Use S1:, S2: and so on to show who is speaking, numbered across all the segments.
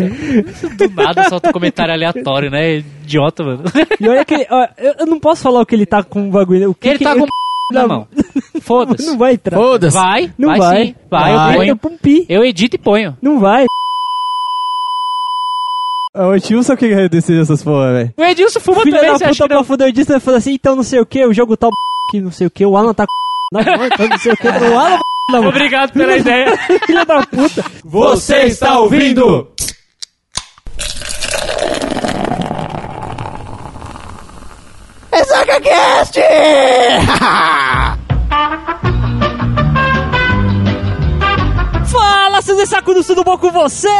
S1: Então, do nada solta um comentário aleatório, né? Idiota, mano.
S2: E olha que ele, ó, eu, eu não posso falar o que ele tá com o bagulho. O que é
S1: Ele
S2: que
S1: tá com
S2: eu-
S1: p na mão. Foda-se.
S2: Não Tá. vai entrar.
S3: Foda-se.
S1: Vai,
S2: Não
S1: vai,
S2: vai.
S1: sim. Vai,
S3: Vai.
S1: eu
S2: Vai,
S1: ponho.
S2: eu pumpi.
S1: Eu edito e ponho.
S2: Não vai.
S3: Ah, O tio sabe quem decide essas porra, velho.
S1: O Edilson fuma
S2: Filho
S1: também,
S2: da
S1: você acha
S2: puta
S1: que não?
S2: profundor disso vai falar assim, então não sei o que, o jogo tal que não sei o que, o Alan tá com na mão, então não sei o que, o Alan na mão.
S1: Obrigado pela ideia.
S2: Filha da puta.
S3: Você está ouvindo?
S2: Fala, seus sacudos, tudo bom com vocês?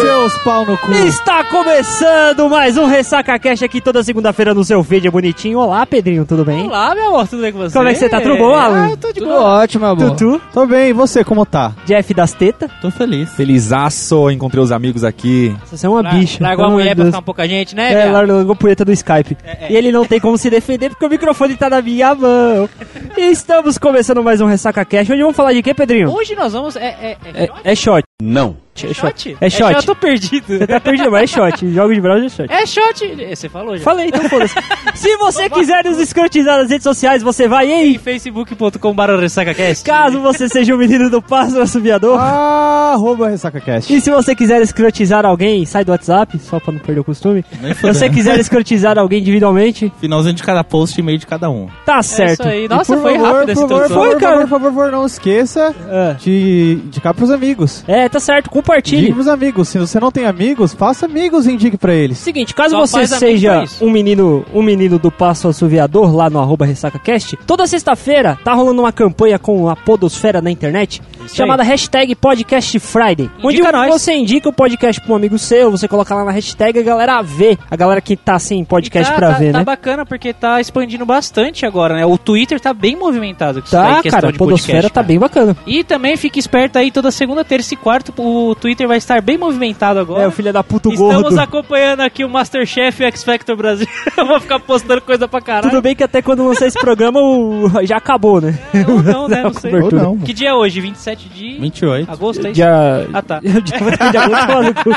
S3: Seus pau no cu.
S2: Está começando mais um Ressaca Cash aqui toda segunda-feira no seu vídeo bonitinho. Olá, Pedrinho, tudo bem?
S1: Olá, meu amor, tudo bem com você?
S2: Como é que você tá? Tudo bom, Alan?
S1: Ah, eu tô de
S4: Tudo
S1: boa.
S4: ótimo, amor.
S2: Tutu,
S3: Tô bem, e você, como tá?
S2: Jeff das Tetas.
S4: Tô feliz.
S3: Felizaço, encontrei os amigos aqui.
S2: Você é uma
S1: Lar-
S2: bicha.
S1: Largou a
S2: pelo
S1: mulher
S2: amor de
S1: pra
S2: Deus.
S1: ficar um pouco a gente, né?
S2: É,
S1: viado? É,
S2: largou a punheta do Skype. E ele não tem como se defender porque o microfone tá na minha mão. E estamos começando mais um Ressaca Cash. Hoje vamos falar de quê, Pedrinho?
S1: Hoje nós vamos. É, é, é,
S2: É, é shot.
S3: Não.
S2: É shot.
S1: É
S2: É shot.
S1: Eu tô perdido.
S2: Você tá perdido, mas é shot. Jogo de browser é shot.
S1: É shot. É, Você falou já.
S2: Falei, então foda-se. Se você quiser nos escrotizar nas redes sociais, você vai
S1: em
S2: em.
S1: facebook.com.br ressacacast.
S2: Caso você seja o menino do pássaro assobiador.
S3: Ah, Arroba RessacaCast.
S2: E se você quiser escrotizar alguém, sai do WhatsApp, só pra não perder o costume.
S4: Nem
S2: Se você
S1: É.
S4: fudendo.
S2: quiser escrotizar alguém individualmente,
S4: Finalzinho de cada post e meio de cada um.
S2: tá certo.
S1: É isso aí. Nossa,
S3: E por
S1: foi
S3: favor,
S1: rápido esse
S3: por favor,
S1: introdução.
S2: Foi,
S3: Por
S2: cara.
S3: favor, por favor, por favor, não esqueça
S2: Ah.
S3: de indicar pros amigos.
S2: É, tá certo, compartilhe.
S3: Indique pros amigos. Se você não tem amigos, faça amigos e indique pra eles.
S2: Seguinte, caso
S1: Só
S2: você
S1: faz amigo
S2: seja
S1: pra isso.
S2: um menino, um menino do passo assoviador lá no arroba RessacaCast, toda sexta-feira tá rolando uma campanha com a podosfera na internet chamada hashtag Podcast Friday. onde
S1: Indica nós.
S2: você indica o podcast pra um amigo seu, você coloca lá na hashtag e a galera vê. A galera que tá sem podcast
S1: E tá,
S2: pra
S1: tá-
S2: ver,
S1: tá
S2: né?
S1: bacana porque tá expandindo bastante agora, né? O Twitter tá bem movimentado com isso daí,
S2: Tá,
S1: em questão
S2: cara, a
S1: de
S2: podosfera
S1: podcast,
S2: tá
S1: cara.
S2: bem bacana.
S1: E também fique esperto aí, toda segunda, terça e quarta, o Twitter vai estar bem movimentado agora.
S2: É, o filho da puta o
S1: Estamos
S2: gordo.
S1: acompanhando aqui o Masterchef e o X Factor Brasil. Eu vou ficar postando coisa pra caralho.
S2: Tudo bem que até quando lançar esse programa o- já acabou, né?
S1: Ou não, né? Não sei.
S2: Ou
S3: Ou não.
S1: Que dia é hoje? 27 de
S4: 28.
S1: agosto, é isso?
S2: Já,
S1: Ah, tá.
S2: Eu já vou ter de agora, tomar no cu.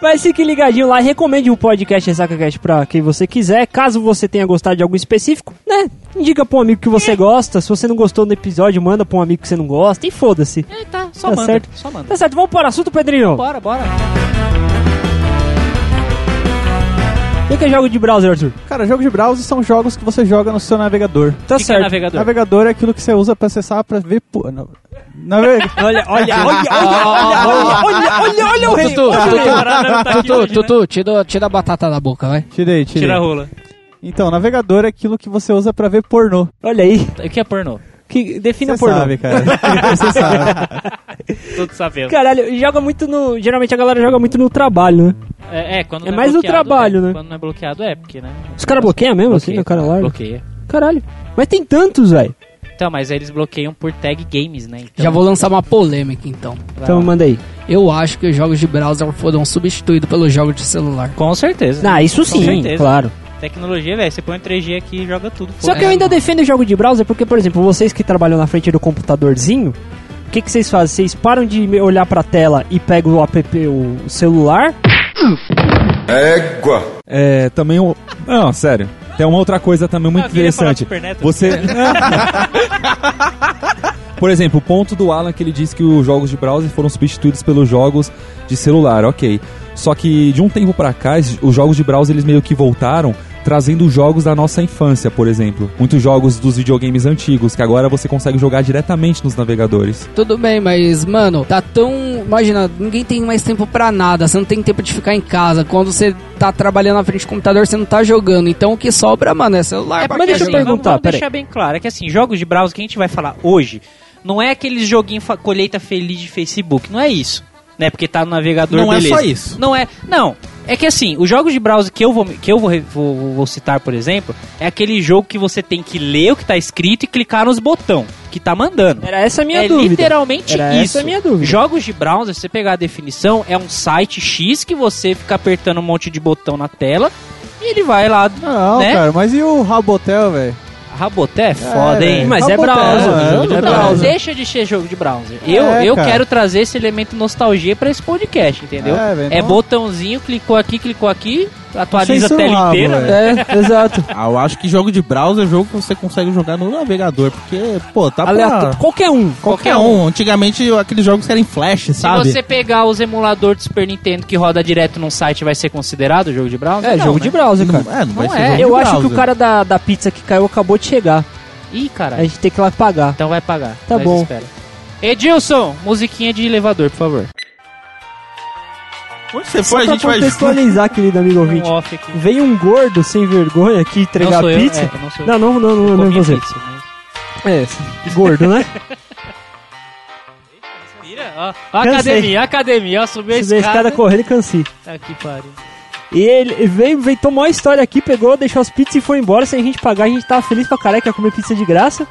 S2: Mas fique ligadinho lá, recomende o podcast RessacaCast pra quem você quiser. Caso você tenha gostado de algo específico, né? Indica pra um amigo que você gosta. Se você não gostou do episódio, manda pra um amigo que você não gosta. E foda-se.
S1: É, tá, só
S2: Tá
S1: manda.
S2: certo.
S1: Só manda.
S2: Tá certo, vamos para o assunto, Pedrinho.
S1: Bora, bora.
S2: O que que é jogo de browser, Arthur?
S3: Cara, jogo de browser são jogos que você joga no seu navegador.
S2: Tá
S1: Fica
S2: certo.
S1: navegador.
S3: Navegador é aquilo que você usa pra acessar, pra ver... Pô, não. Navega...
S2: Olha, olha, olha, olha, olha, olha, olha, olha, olha o rei.
S4: Tutu,
S2: olha o rei.
S4: Tutu,
S1: Parada não tá aqui
S4: Tutu,
S1: hoje, né?
S4: Tutu, tira, tira a batata da boca, vai.
S3: Tirei, tirei.
S1: Tira a rola.
S3: Então, navegador é aquilo que você usa pra ver pornô.
S2: Olha aí.
S1: O que é pornô?
S2: Que defina
S3: Você
S2: por
S3: sabe, cara. Você sabe.
S1: Todos sabemos.
S2: Caralho, joga muito no. Geralmente a galera joga muito no trabalho, né?
S1: É, é, quando
S2: É
S1: não
S2: mais no
S1: bloqueado,
S2: trabalho,
S1: é.
S2: né?
S1: Quando não é bloqueado, é, porque, né?
S2: Os caras bloqueiam mesmo, assim, no cara lá.
S1: Bloqueia.
S2: Caralho. Mas tem tantos, velho.
S1: Então, mas aí eles bloqueiam por tag games, né? Então,
S5: Já vou lançar uma polêmica então.
S1: vai
S2: Então
S1: lá.
S2: manda aí.
S5: Eu acho que os jogos de browser foram substituídos pelos jogos de celular.
S1: Com certeza.
S2: Ah, isso sim,
S1: certeza.
S2: claro.
S1: Tecnologia, velho, você põe 3G aqui e joga tudo.
S2: Só
S1: foda.
S2: que eu ainda defendo o jogo de browser porque, por exemplo, vocês que trabalham na frente do computadorzinho, o que, que vocês fazem? Vocês param de me- olhar pra tela e pegam o app, o celular?
S6: Égua!
S7: É, também um. Não, sério. Tem uma outra coisa também muito
S1: Ah, eu queria falar do
S7: interessante.
S1: Super Neto.
S7: Você. Por exemplo, o ponto do Alan é que ele disse que os jogos de browser foram substituídos pelos jogos de celular, ok. Só que de um tempo pra cá, es- os jogos de browser eles meio que voltaram trazendo jogos da nossa infância, por exemplo. Muitos jogos dos videogames antigos, que agora você consegue jogar diretamente nos navegadores.
S5: Tudo bem, mas, mano, tá tão. Imagina, ninguém tem mais tempo pra nada. Você não tem tempo de ficar em casa. Quando você tá trabalhando na frente do computador, você não tá jogando. Então o que sobra, mano, é celular.
S1: É
S5: pra
S1: porque,
S2: mas deixa eu
S5: quê,
S1: assim,
S5: jogar?
S2: perguntar,
S1: vamos, vamos
S2: peraí.
S1: deixar bem claro, é que assim, jogos de browser que a gente vai falar hoje, não é aqueles joguinhos fa- colheita feliz de Facebook, não é isso. Né, porque tá no navegador,
S4: Não é
S1: beleza.
S4: só isso.
S1: Não é, não. É que assim, os jogos de browser que eu vou que eu vou, re- vou- vou citar, por exemplo, é aquele jogo que você tem que ler o que tá escrito e clicar nos botão que tá mandando
S2: Era essa a minha
S1: é
S2: dúvida.
S1: literalmente
S2: Era
S1: isso.
S2: essa a minha dúvida.
S1: Jogos de browser, se você pegar a definição, é um site X que você fica apertando um monte de botão na tela e ele vai lá.
S3: Não,
S1: né?
S3: cara, mas e o Rabotel, velho?
S1: Raboté é foda, hein?
S3: velho.
S2: Mas é
S3: Raboté,
S2: browser,
S3: é,
S2: jogo de
S3: é
S1: Não, não
S2: browser.
S1: deixa de ser jogo de browser. Eu,
S3: É,
S1: eu
S3: cara.
S1: quero trazer esse elemento nostalgia pra esse podcast, entendeu? É,
S3: É, velho, então-
S1: botãozinho, clicou aqui, clicou aqui, atualiza a
S3: Vocês são
S1: tela
S3: rabo,
S1: inteira. né?
S3: velho.
S2: É, exato.
S4: Ah, eu acho que jogo de browser é jogo que você consegue jogar no navegador, porque, pô, tá
S2: Aleatório.
S4: pra...
S2: Qualquer um.
S4: Qualquer um. Antigamente, aqueles jogos que eram em flash,
S1: Se
S4: sabe?
S1: você pegar os emuladores do Super Nintendo que roda direto num site, vai ser considerado jogo de browser?
S2: É,
S1: Não,
S2: jogo
S1: né?
S2: de browser,
S4: Não,
S2: cara.
S4: é, não vai
S1: Não
S4: ser
S1: é.
S4: jogo de
S2: Eu acho que
S4: browser.
S2: o cara da, da pizza que caiu acabou de chegar.
S1: Ih,
S2: A
S1: caralho.
S2: gente tem que ir lá pagar.
S1: Então vai pagar.
S2: Tá
S1: Nós
S2: bom.
S1: Espera. Edilson, musiquinha de elevador, por favor.
S4: Onde você
S2: Só
S4: foi, a
S2: pra
S4: gente vai...
S2: contextualizar, querido amigo
S1: Um
S2: ouvinte.
S1: off aqui.
S2: Veio um gordo sem vergonha aqui
S1: não
S2: entregar
S1: sou eu,
S2: pizza.
S1: é, não sou eu.
S2: Não, não, não, não, não é
S1: Comi
S2: você.
S1: pizza, né?
S2: É, gordo, né?
S1: Mira, ó, ó a
S2: Cansei.
S1: academia, a academia, ó, subiu a
S2: Subi a escada
S1: escada.
S2: correndo e cansei.
S1: Tá que pariu.
S2: E ele veio, veio, tomou a história aqui, pegou, deixou as pizzas e foi embora sem a gente pagar. A gente tava feliz pra caralho que ia comer pizza de graça.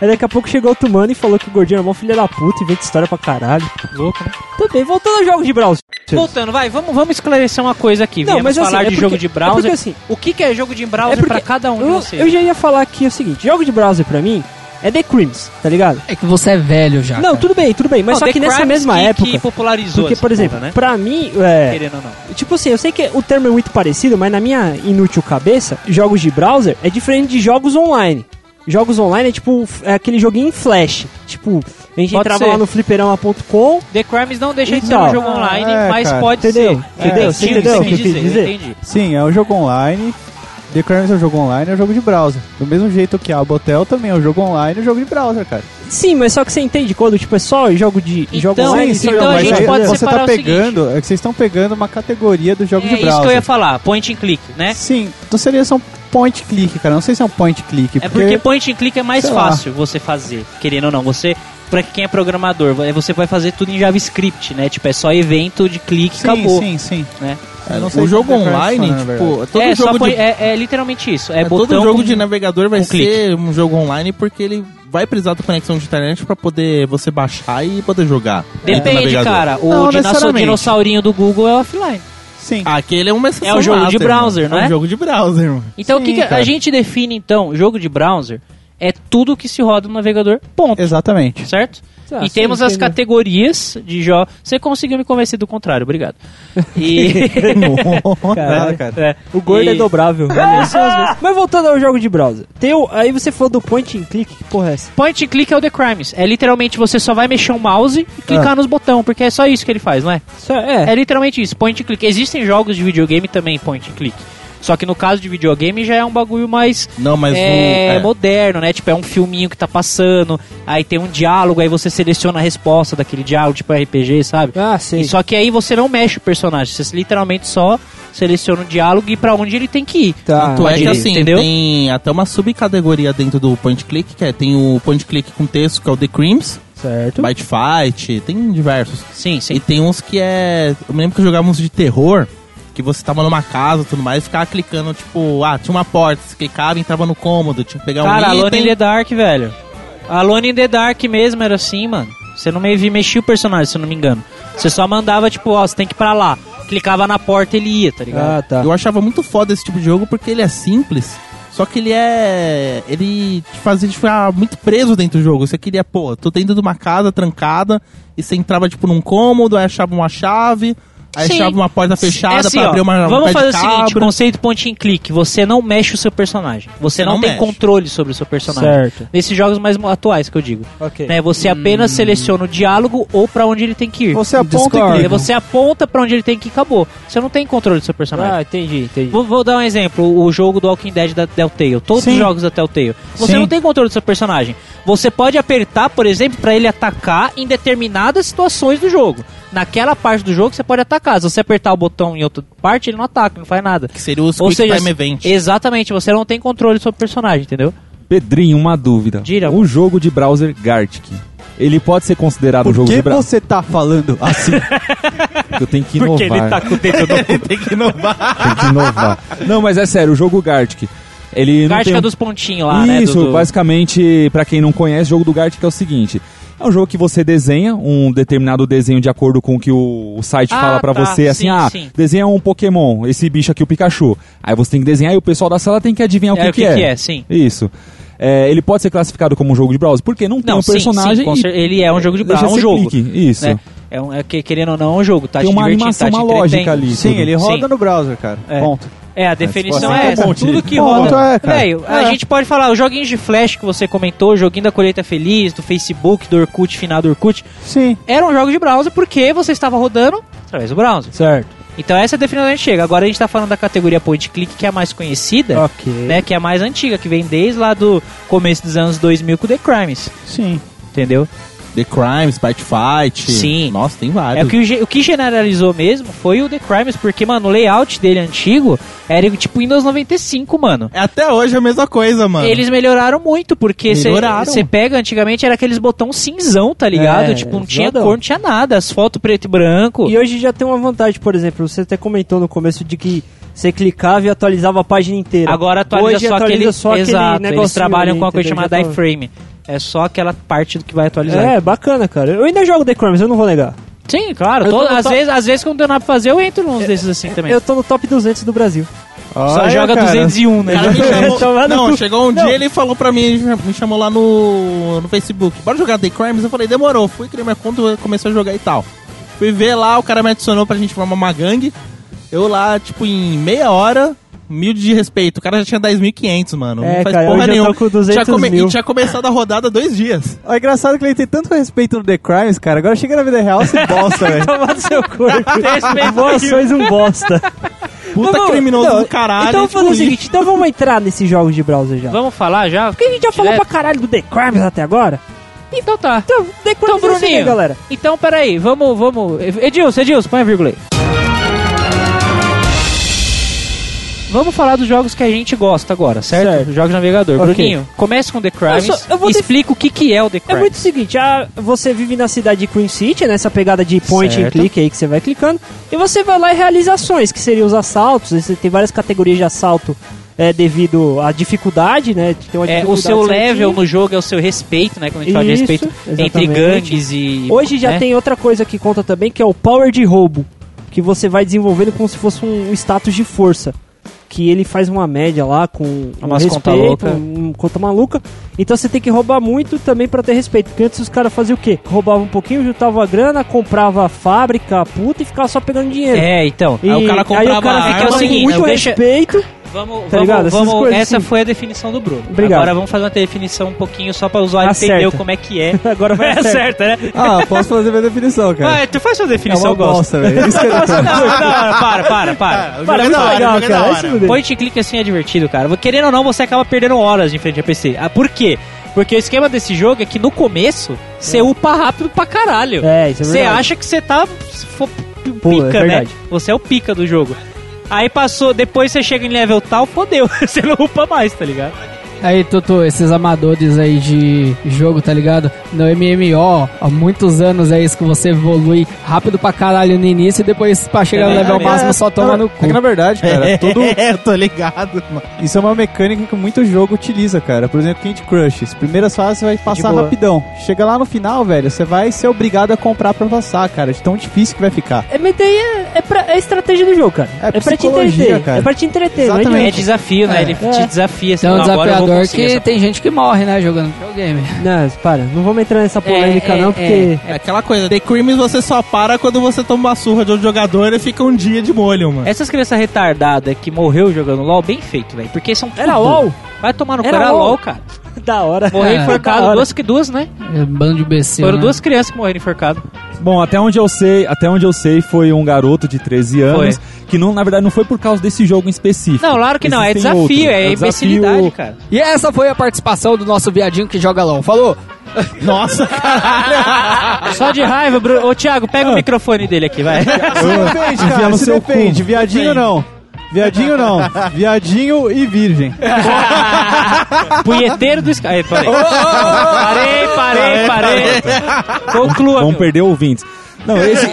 S2: Aí daqui a pouco chegou outro mano e falou que o gordinho era mó filho da puta, inventa história pra caralho.
S1: Louco, né?
S2: Também, voltando ao jogo de browser.
S1: Voltando, vai, vamos, vamos esclarecer uma coisa aqui. Viemos
S2: mas assim,
S1: falar
S2: é
S1: de
S2: porque-
S1: jogo de
S2: é
S1: browser.
S2: porque assim,
S1: o que, que é jogo de browser
S2: É porque
S1: pra cada um de
S2: eu,
S1: vocês?
S2: eu já ia falar aqui o seguinte: jogo de browser pra mim é The Crims, tá ligado?
S5: É que você é velho já.
S2: não,
S5: cara.
S2: tudo bem, tudo bem, mas
S1: Não,
S2: só
S1: The
S2: que nessa
S1: Crimes
S2: mesma
S1: que-
S2: época.
S1: Que popularizou
S2: porque,
S1: essa
S2: por exemplo,
S1: porra, né?
S2: pra mim, é,
S1: Querendo ou não.
S2: Tipo assim, eu sei que o termo é muito parecido, mas na minha inútil cabeça, jogos de browser é diferente de jogos online. Jogos online é tipo f- é aquele joguinho em flash. Tipo, a gente
S1: Pode
S2: entrava
S1: ser.
S2: lá no fliperama.com,
S1: The Crimes não deixa de ser
S2: Então.
S1: um jogo online,
S3: Ah, é,
S1: mas
S3: cara,
S1: pode
S2: entendeu?
S1: ser.
S2: Entendeu?
S1: É,
S2: Você
S1: entendi,
S2: entendeu o
S1: você
S2: que eu
S1: quis
S2: quis dizer?
S1: Entendi.
S3: Sim, é um jogo online. The Crimes é um jogo online, é um jogo de browser. Do mesmo jeito que a Botel também é um jogo online, é um jogo de browser, cara.
S2: Sim, mas só que você entende quando, tipo, é só jogo de
S1: Então,
S2: jogo online.
S1: sim,
S2: só
S1: então
S2: jogo
S1: a
S3: Mas
S1: gente
S2: online,
S3: aí
S1: pode
S2: entendeu?
S3: você
S1: separar
S3: tá
S1: o seguinte.
S3: pegando, é que vocês estão pegando uma categoria do jogo
S1: É
S3: de browser.
S1: isso que eu ia falar, point and click, né?
S3: Sim, não seria só um point click, cara. Não sei se é um point click.
S1: É porque point and click é mais
S3: sei lá.
S1: fácil você fazer, querendo ou não. Você, pra quem é programador, você vai fazer tudo em JavaScript, né? Tipo, é só evento de clique e
S3: Sim,
S1: acabou.
S3: sim, sim.
S1: Né?
S3: Eu não sei
S4: O
S3: se
S4: É, um jogo
S3: The Crimes
S4: online,
S3: funciona, na verdade.
S4: tipo, todo
S1: é, só
S4: jogo
S1: põe-
S4: de
S1: é, é literalmente isso. É,
S4: É,
S1: botão
S4: todo jogo
S1: com-
S4: de navegador vai
S1: com clique.
S4: ser um jogo online porque ele vai precisar da conexão de internet pra poder você baixar e poder jogar. no
S1: Depende,
S4: navegador.
S1: cara. O
S3: Não,
S1: dinossau-
S3: necessariamente.
S1: dinossaurinho do Google é offline.
S3: Sim.
S4: Aquele é uma exceção
S1: É um jogo de
S4: master,
S1: browser,
S4: mano.
S1: não é?
S4: É um jogo de browser, mano.
S1: Então, o que,
S3: Sim,
S1: que a
S3: cara.
S1: gente define, então, jogo de browser é tudo que se roda no navegador, ponto,
S3: Exatamente.
S1: certo?
S2: Ah,
S1: e
S2: sim,
S1: temos as
S2: entendeu?
S1: categorias de jogos. Você conseguiu me convencer do contrário, obrigado. E...
S3: Nada, cara.
S1: é,
S2: O gordo
S1: e-
S2: é dobrável. Olha, são as mesmas. mas voltando ao jogo de browser. Tem o- aí você falou do point and click, que porra é essa?
S1: Point and click é o The Crimes. É literalmente você só vai mexer o mouse e clicar
S2: Ah.
S1: nos botões, porque é só isso que ele faz, não é?
S2: Isso é,
S1: É literalmente isso, point and click. Existem jogos de videogame também point and click. Só que no caso de videogame já é um bagulho mais
S4: Não, mas
S1: é,
S4: o...
S1: moderno, né? Tipo, é um filminho que tá passando, aí tem um diálogo, aí você seleciona a resposta daquele diálogo, tipo RPG, sabe?
S2: Ah,
S1: E
S2: sim.
S1: só que aí você não mexe o personagem, você literalmente só seleciona o diálogo e pra onde ele tem que ir.
S2: Tá.
S4: Tu é que
S1: direita,
S4: assim,
S1: entendeu?
S4: tem até uma subcategoria dentro do point click, que é tem o point click com texto, que é o The Creams,
S2: Certo.
S4: Byte Fight, tem diversos.
S1: Sim,
S4: E
S1: sim.
S4: tem uns que é. Eu me lembro que eu jogava uns de terror, que você tava numa casa e tudo mais, e ficava clicando, tipo, ah, tinha uma porta, você clicava e entrava no cômodo, tinha que pegar
S1: Cara, é
S4: um
S1: Alone in
S4: item.
S1: the Dark, velho. Alone in the Dark mesmo era assim, mano. Você não meio que mexia o personagem, se eu não me engano. Você só mandava, tipo, ó, você tem que ir pra lá. Clicava na porta e ele ia, tá ligado?
S2: Ah, tá.
S4: Eu achava muito foda esse tipo de jogo porque ele é simples. Só que ele é. Ele te fazia te ficar muito preso dentro do jogo. Você queria, pô, tô dentro de uma casa trancada e você entrava, tipo, num cômodo, aí achava uma chave, aí
S1: Sim.
S4: achava uma porta fechada
S1: É assim,
S4: pra
S1: ó,
S4: abrir uma. um
S1: Vamos
S4: pé
S1: fazer o
S4: de
S1: seguinte:
S4: cabra.
S1: conceito point and click. Você não mexe o seu personagem. Você
S4: Você
S1: não,
S4: não
S1: tem
S4: mexe.
S1: controle sobre o seu personagem.
S2: Certo.
S1: Nesses jogos mais mo- atuais que eu digo.
S2: Ok.
S1: Né, você apenas
S4: Hum.
S1: seleciona o diálogo ou pra onde ele tem que ir.
S3: Você aponta
S2: Discord.
S3: e
S1: Aí
S3: clica.
S1: você aponta pra onde ele tem que ir acabou. Você não tem controle do seu personagem.
S2: Ah, entendi, entendi.
S1: Vou, vou dar um exemplo, o jogo do Walking Dead da Telltale, todos os
S3: Sim.
S1: jogos da Telltale. Você
S3: Sim.
S1: não tem controle do seu personagem. Você pode apertar, por exemplo, pra ele atacar em determinadas situações do jogo. Naquela parte do jogo você pode atacar. Se você apertar o botão em outra parte, ele não ataca, não faz nada.
S4: Que seria o
S1: Ou
S4: Quick
S1: seja,
S4: Time Event.
S1: exatamente, você não tem controle sobre o personagem, entendeu?
S7: Pedrinho, uma dúvida.
S1: Diga.
S7: O jogo de browser Gartic, ele pode ser considerado um
S3: Por
S7: jogo
S3: que
S7: de browser?
S3: você tá falando assim?
S7: Eu tenho que inovar.
S1: tá
S3: tá
S1: com o dedo no
S4: Tem que inovar.
S7: Tem que inovar. Não, mas é sério, o jogo Gartic, ele não tem... um
S1: Gártica dos pontinhos lá, é né? do-
S7: Isso,
S1: do-
S7: basicamente, pra quem não conhece, o jogo do Gartic é o seguinte. É um jogo que você desenha um determinado desenho de acordo com o que o o site
S1: Ah,
S7: fala pra
S1: tá.
S7: você, assim,
S1: Sim,
S7: ah,
S1: sim.
S7: desenha um Pokémon, esse bicho aqui, o Pikachu. Aí você tem que desenhar e o pessoal da sala tem que adivinhar o
S1: É
S7: que,
S1: o que, que é, sim.
S7: Isso. é, ele pode ser classificado como um jogo de browser, porque não tem
S1: Não,
S7: um
S1: sim,
S7: personagem
S1: sim, com
S7: e
S1: cer- ele é um jogo de
S7: deixa
S1: browser, é um
S7: sem
S1: jogo.
S7: clique. Isso.
S1: né? É um, é que- querendo ou não, é um jogo. Tá
S7: Tem
S1: te
S7: uma
S1: divertindo,
S7: animação,
S1: tá te
S7: uma lógica
S1: entretendo.
S7: ali.
S3: Sim,
S7: tudo.
S3: ele roda
S1: Sim.
S3: no browser, cara.
S1: É.
S3: Ponto.
S1: É, a definição
S3: pode
S1: é,
S3: ser
S1: essa.
S3: um ponto.
S1: Tudo que
S3: Ponto
S1: roda.
S3: é, cara.
S1: Velho, a
S3: É.
S1: gente pode falar, os joguinhos de flash que você comentou, o joguinho da colheita feliz, do Facebook, do Orkut, finado Orkut,
S3: Sim.
S1: eram jogos de browser porque você estava rodando através do browser.
S2: Certo.
S1: Então essa é a definição que a gente chega. Agora a gente tá falando da categoria point click, que é a mais conhecida,
S2: Ok.
S1: né? Que é a mais antiga, que vem desde lá do começo dos anos 2000 com The Crimes.
S3: Sim.
S1: Entendeu?
S4: The Crimes, Part Fight.
S1: Sim.
S4: Nossa, tem
S1: É
S4: vários.
S1: o que, o ge- o que generalizou mesmo foi o The Crimes, porque, mano, o layout dele antigo era tipo Windows 95, mano.
S4: É até hoje a mesma coisa, mano.
S1: Eles melhoraram muito, porque
S4: Melhoraram.
S1: você pega, antigamente era aqueles botão cinzão, tá ligado?
S2: É,
S1: tipo, não tinha
S2: zoadão.
S1: cor, não tinha nada, as fotos preto e branco.
S2: E hoje já tem uma vantagem, por exemplo, você até comentou no começo de que você clicava e atualizava a página inteira.
S1: Agora atualiza
S2: hoje
S1: só
S2: atualiza
S1: aquele.
S2: só aquele
S1: exato, eles
S2: negocinho
S1: trabalham
S2: ali,
S1: com uma coisa
S2: entendeu?
S1: chamada né?
S2: Já tá-
S1: iframe. É só aquela parte do que vai atualizar.
S2: É, bacana, cara. Eu ainda jogo The Crimes, eu não vou negar.
S1: Sim, claro.
S2: Eu tô
S1: todo-
S2: no
S1: às,
S2: top-
S1: vezes, às vezes, quando eu não tenho nada pra fazer, eu entro nos desses assim também.
S2: Eu tô no top 200 do Brasil.
S1: Só
S3: Olha,
S1: joga
S3: cara.
S1: 201,
S4: O
S1: né?
S4: cara me chamou-
S2: É Tomar no
S4: Não,
S2: cu.
S4: chegou um
S2: Não.
S4: dia ele falou pra mim, me chamou lá no, no Facebook, bora jogar The Crimes? Eu falei, demorou, fui criar minha conta, comecei a jogar e tal. Fui ver lá, o cara me adicionou pra gente formar uma gangue. Eu lá, tipo, em meia hora, mil de respeito. O cara já tinha 10.500, mano.
S2: É,
S4: não faz
S2: cara,
S4: porra
S2: hoje eu
S4: nenhuma.
S2: tô com 200
S4: Tinha come-
S2: mil.
S4: E tinha começado a rodada há dois dias.
S3: É engraçado que ele tem tanto respeito no The Crimes, cara. Agora chega na vida real, se bosta, velho.
S1: Tá
S2: Tomar no seu corpo.
S1: Respeito
S2: Boas ações, um bosta. Não,
S4: Puta
S2: não,
S4: criminoso
S2: não,
S4: do caralho.
S2: então vamos fazer o
S4: tipo,
S2: seguinte, então vamos entrar nesses jogos de browser já.
S1: Vamos falar já?
S2: Porque a gente já falou
S1: Direto.
S2: pra caralho do The Crimes até agora.
S1: Então tá.
S2: Então, The Crimes
S1: Então,
S2: é isso aí,
S1: Bruninho.
S2: galera.
S1: Então, peraí, vamos, vamos. Edilson, Edilson, põe a vírgula aí. Vamos falar dos jogos que a gente gosta agora, certo?
S2: Certo.
S1: Jogos de navegador.
S2: Ok.
S1: Bruninho, comece com The Crimes.
S2: Eu só- eu vou def-
S1: explica o que, que é o The
S2: É
S1: Crimes.
S2: muito o seguinte, a- você vive na cidade de Queen City, nessa pegada de point
S1: Certo.
S2: and click aí que você vai clicando, e você vai lá em realizações, que seriam os assaltos, você tem várias categorias de assalto é, devido à dificuldade, né? Tem uma
S1: É, o
S2: dificuldade
S1: seu
S2: certinha.
S1: level no jogo é o seu respeito, né? Quando a gente fala de
S2: Isso,
S1: respeito entre
S2: exatamente.
S1: gangues e.
S2: Hoje já
S1: né?
S2: tem outra coisa que conta também, que é o power de roubo, que você vai desenvolvendo como se fosse um status de força. Que ele faz uma média lá com um
S1: Umas conta louca.
S2: um- conta maluca. Então você tem que roubar muito também pra ter respeito. Porque antes os caras faziam o quê? Roubava um pouquinho, juntava a grana, comprava a fábrica, a puta e ficava só pegando dinheiro.
S1: É, então.
S2: E
S4: Aí o cara comprava
S2: aí o cara
S4: a
S2: ficava
S1: arma,
S2: com
S1: seguinte,
S2: muito
S1: né, deixa-
S2: respeito.
S1: Vamos,
S2: Tá ligado?
S1: vamos,
S2: Essas
S1: vamos-
S2: coisas
S1: essa
S2: assim.
S1: foi a definição do Bruno.
S2: Obrigado.
S1: Agora vamos fazer uma definição um pouquinho só pra o usuário
S2: Acerta.
S1: entender como é que é.
S2: Agora vai
S1: é
S2: acertar. Tá
S1: certo, né?
S3: Ah, posso fazer minha definição, cara.
S1: Vai, tu faz sua
S3: é
S1: definição,
S3: uma
S1: eu gosto.
S3: bosta, velho. Isso que eu
S1: Não, não, para, para, para.
S4: o jogo
S2: Cara,
S4: é
S2: muito
S4: da hora, o
S2: legal,
S4: jogo é da
S2: cara.
S4: hora.
S2: Esse modelo.
S1: Point and click assim é divertido, cara. Querendo ou não, você acaba perdendo horas de frente a PC. Ah, por quê? Porque o esquema desse jogo é que no começo você upa rápido pra caralho.
S2: É, isso é
S1: Você
S2: verdade.
S1: acha que você tá se for p-
S2: Pô, é
S1: pica, né?
S2: verdade.
S1: Você é o pica do jogo. Aí passou, depois você chega em level tal, fodeu. Você não upa mais, tá ligado?
S5: Aí, Tutu, esses amadores aí de jogo, tá ligado? No MMO, há muitos anos é isso que você evolui rápido pra caralho no início e depois pra chegar no level
S3: É,
S5: máximo só toma
S3: cara,
S5: no
S3: É que
S5: cu.
S3: na verdade, cara, todo...
S4: É, eu tô ligado, mano.
S3: isso é uma mecânica que muito jogo utiliza, cara. Por exemplo, Candy Crush. As primeiras fases você vai passar
S2: boa.
S3: rapidão. Chega lá no final, velho, você vai ser obrigado a comprar pra passar, cara. De tão difícil que vai ficar.
S2: É, mas daí é, é, pra, é a estratégia do jogo, cara.
S3: É
S2: pra te
S3: psicologia,
S2: entreter.
S3: cara.
S2: É pra te entreter, não
S3: Exatamente.
S2: adianta.
S1: É desafio, né? Ele te desafia. assim,
S5: Então,
S1: não, agora eu vou
S5: desafiador
S1: conseguir
S5: que
S1: essa
S5: tem gente que morre, né, jogando videogame.
S2: Não, para, não vamos entrar nessa polêmica
S5: É, é,
S2: não, porque.
S4: É aquela coisa, The Crimes você só para quando você toma uma surra de outro jogador e fica um dia de molho, mano.
S1: Essas crianças retardadas que morreu jogando LOL, bem feito, velho. Porque são
S2: Era
S1: tudo.
S2: LOL?
S1: Vai tomar no cu,
S2: Era
S1: era
S2: LOL?
S1: LOL, cara.
S2: da hora.
S1: Morreu
S5: É.
S1: enforcado,
S2: Da hora.
S1: duas que duas, né?
S5: É, Bando de BC.
S1: Foram duas crianças que morreram enforcado.
S7: Bom, até onde eu sei, até onde eu sei foi um garoto de 13 anos que não, na verdade, não foi por causa desse jogo em específico.
S1: Não, claro que não, é
S7: Existem
S1: desafio,
S7: outros.
S1: é,
S7: um desafio-
S1: imbecilidade, cara.
S5: E essa foi a participação do nosso viadinho que joga LOL. Falou!
S4: Nossa,
S1: Só de raiva, Bruno. Ô, Thiago, pega o microfone dele aqui, vai.
S3: Se defende,
S7: Enfia
S3: cara.
S7: no
S3: Se
S7: seu cu.
S3: defende. Viadinho não. Viadinho não. Viadinho e virgem.
S1: Punheteiro do Sky. Aí, Parei, parei, parei. parei. Conclua,
S7: Vamos
S1: meu.
S7: perder ouvintes. Não, esse,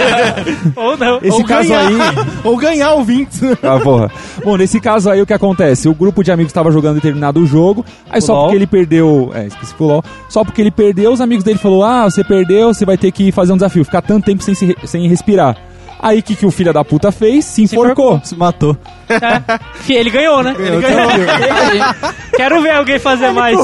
S1: Ou não.
S7: esse
S4: Ou
S7: caso
S4: ganhar.
S7: aí.
S4: ou ganhar ouvintes.
S7: Ah, porra. Bom, nesse caso aí o que acontece? O grupo de amigos estava jogando determinado jogo, aí só
S1: LOL.
S7: porque ele perdeu. É, específico LOL. Só porque ele perdeu, os amigos dele falaram: Ah, você perdeu, você vai ter que fazer um desafio, ficar tanto tempo sem, se re- sem respirar. Aí o que, que o filho da puta fez? Se enforcou.
S3: Se matou.
S1: Fi- Ele ganhou, né?
S3: Ele ganhou.
S1: Quero ver alguém fazer mais.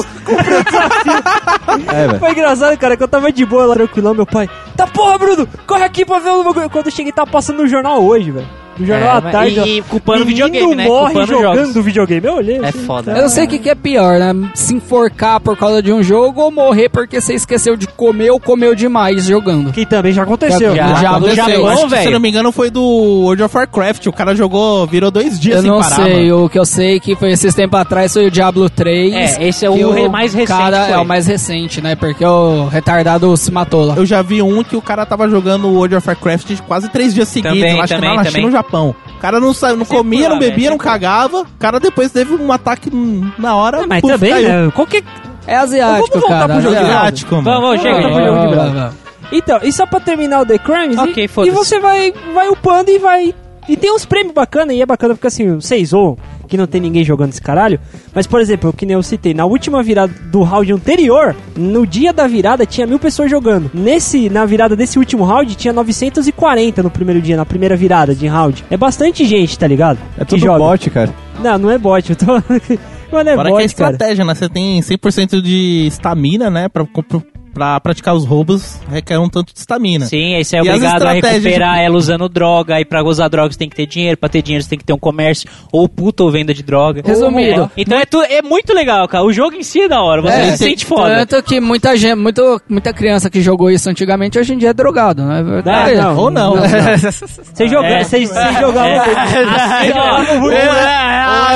S7: É, velho.
S2: Foi engraçado, cara, que eu tava de boa lá tranquilão, meu pai. Tá porra, Bruno! Corre aqui pra ver o bagulho. Quando eu cheguei, tava passando no jornal hoje, velho. No jornal à
S1: É, mas-
S2: tarde. ó.
S1: e, e culpando o
S2: Menino
S1: videogame, né?
S2: morre
S1: Culpando os
S2: jogando
S1: jogos.
S2: videogame. Eu olhei.
S1: É
S2: assim,
S1: foda.
S5: Eu não sei o que, que é pior, né? Se enforcar por causa de um jogo ou morrer porque você esqueceu de comer ou comeu demais jogando.
S2: Que também já aconteceu.
S5: Já-
S1: Ah,
S4: Aconteceu.
S1: no Japão,
S4: Acho que, se
S1: velho.
S4: não me engano, foi do World of Warcraft. O cara jogou, virou dois dias
S5: Eu
S4: sem
S5: não
S4: parar.
S5: sei,
S4: mano.
S5: o que eu sei é que foi esses tempos atrás foi o Diablo 3.
S1: É, esse é o
S5: que
S1: re- mais recente,
S5: Cara,
S1: foi.
S5: é o mais recente, né? Porque o retardado se matou lá.
S4: Eu já vi um que o cara tava jogando World of Warcraft quase três dias seguidos.
S1: Também,
S4: eu acho
S1: também,
S4: que era na
S1: também.
S4: China ou Japão. O cara não, saiu, não
S1: Sempre
S4: comia,
S1: lá,
S4: não
S1: velho,
S4: bebia, não
S1: sempre lá.
S4: cagava. O cara depois teve um ataque hum, na hora.
S2: Ah, mas
S4: puf,
S2: também,
S4: caiu.
S2: né? Qualquer...
S5: É asiático,
S2: Vamos voltar
S5: cara.
S2: pro jogo de
S5: asiático.
S2: lado.
S4: É
S1: Vamos, vamos,
S4: Asiático, mano.
S5: Ah,
S1: chega.
S2: Vamos pro jogo de lado.
S5: ah, ah.
S2: Então, e só pra terminar o The Crimes,
S1: Ok,
S2: e,
S1: foda-se.
S2: e você vai, vai upando e vai... E tem uns prêmios bacanas, e é bacana porque assim, o 6 ou que não tem ninguém jogando esse caralho. Mas, por exemplo, que nem eu citei, na última virada do round anterior, no dia da virada tinha mil pessoas jogando. Nesse, na virada desse último round, tinha 940 no primeiro dia, na primeira virada de round. É bastante gente, tá ligado?
S3: É
S2: que
S3: tudo
S2: joga.
S3: bot, cara.
S2: Não, não é bot, eu tô... Mano, é
S4: Fora que é
S2: bot, cara.
S4: estratégia, né? Você tem 100% de estamina, né? Pra, pra- pra praticar os roubos, requer um tanto de estamina.
S1: Sim, aí você é
S4: E as
S1: obrigado a
S4: estratégias?
S1: recuperar ela usando droga. Aí pra usar droga você tem que ter dinheiro. Pra ter dinheiro você tem que ter um comércio. Ou puta ou venda de droga.
S5: Resumindo.
S1: É, então é, tu- é muito legal, cara. O jogo em si é da hora. Você
S5: É,
S1: se sente foda.
S5: Tanto que muita gente, muito, muita criança que jogou isso antigamente hoje em dia é drogado, né?
S2: Ah, não.
S4: Ou não.
S2: Vocês jogavam,
S1: É.
S2: vocês vocês jogavam...
S1: Assim, ó,
S4: Ou é-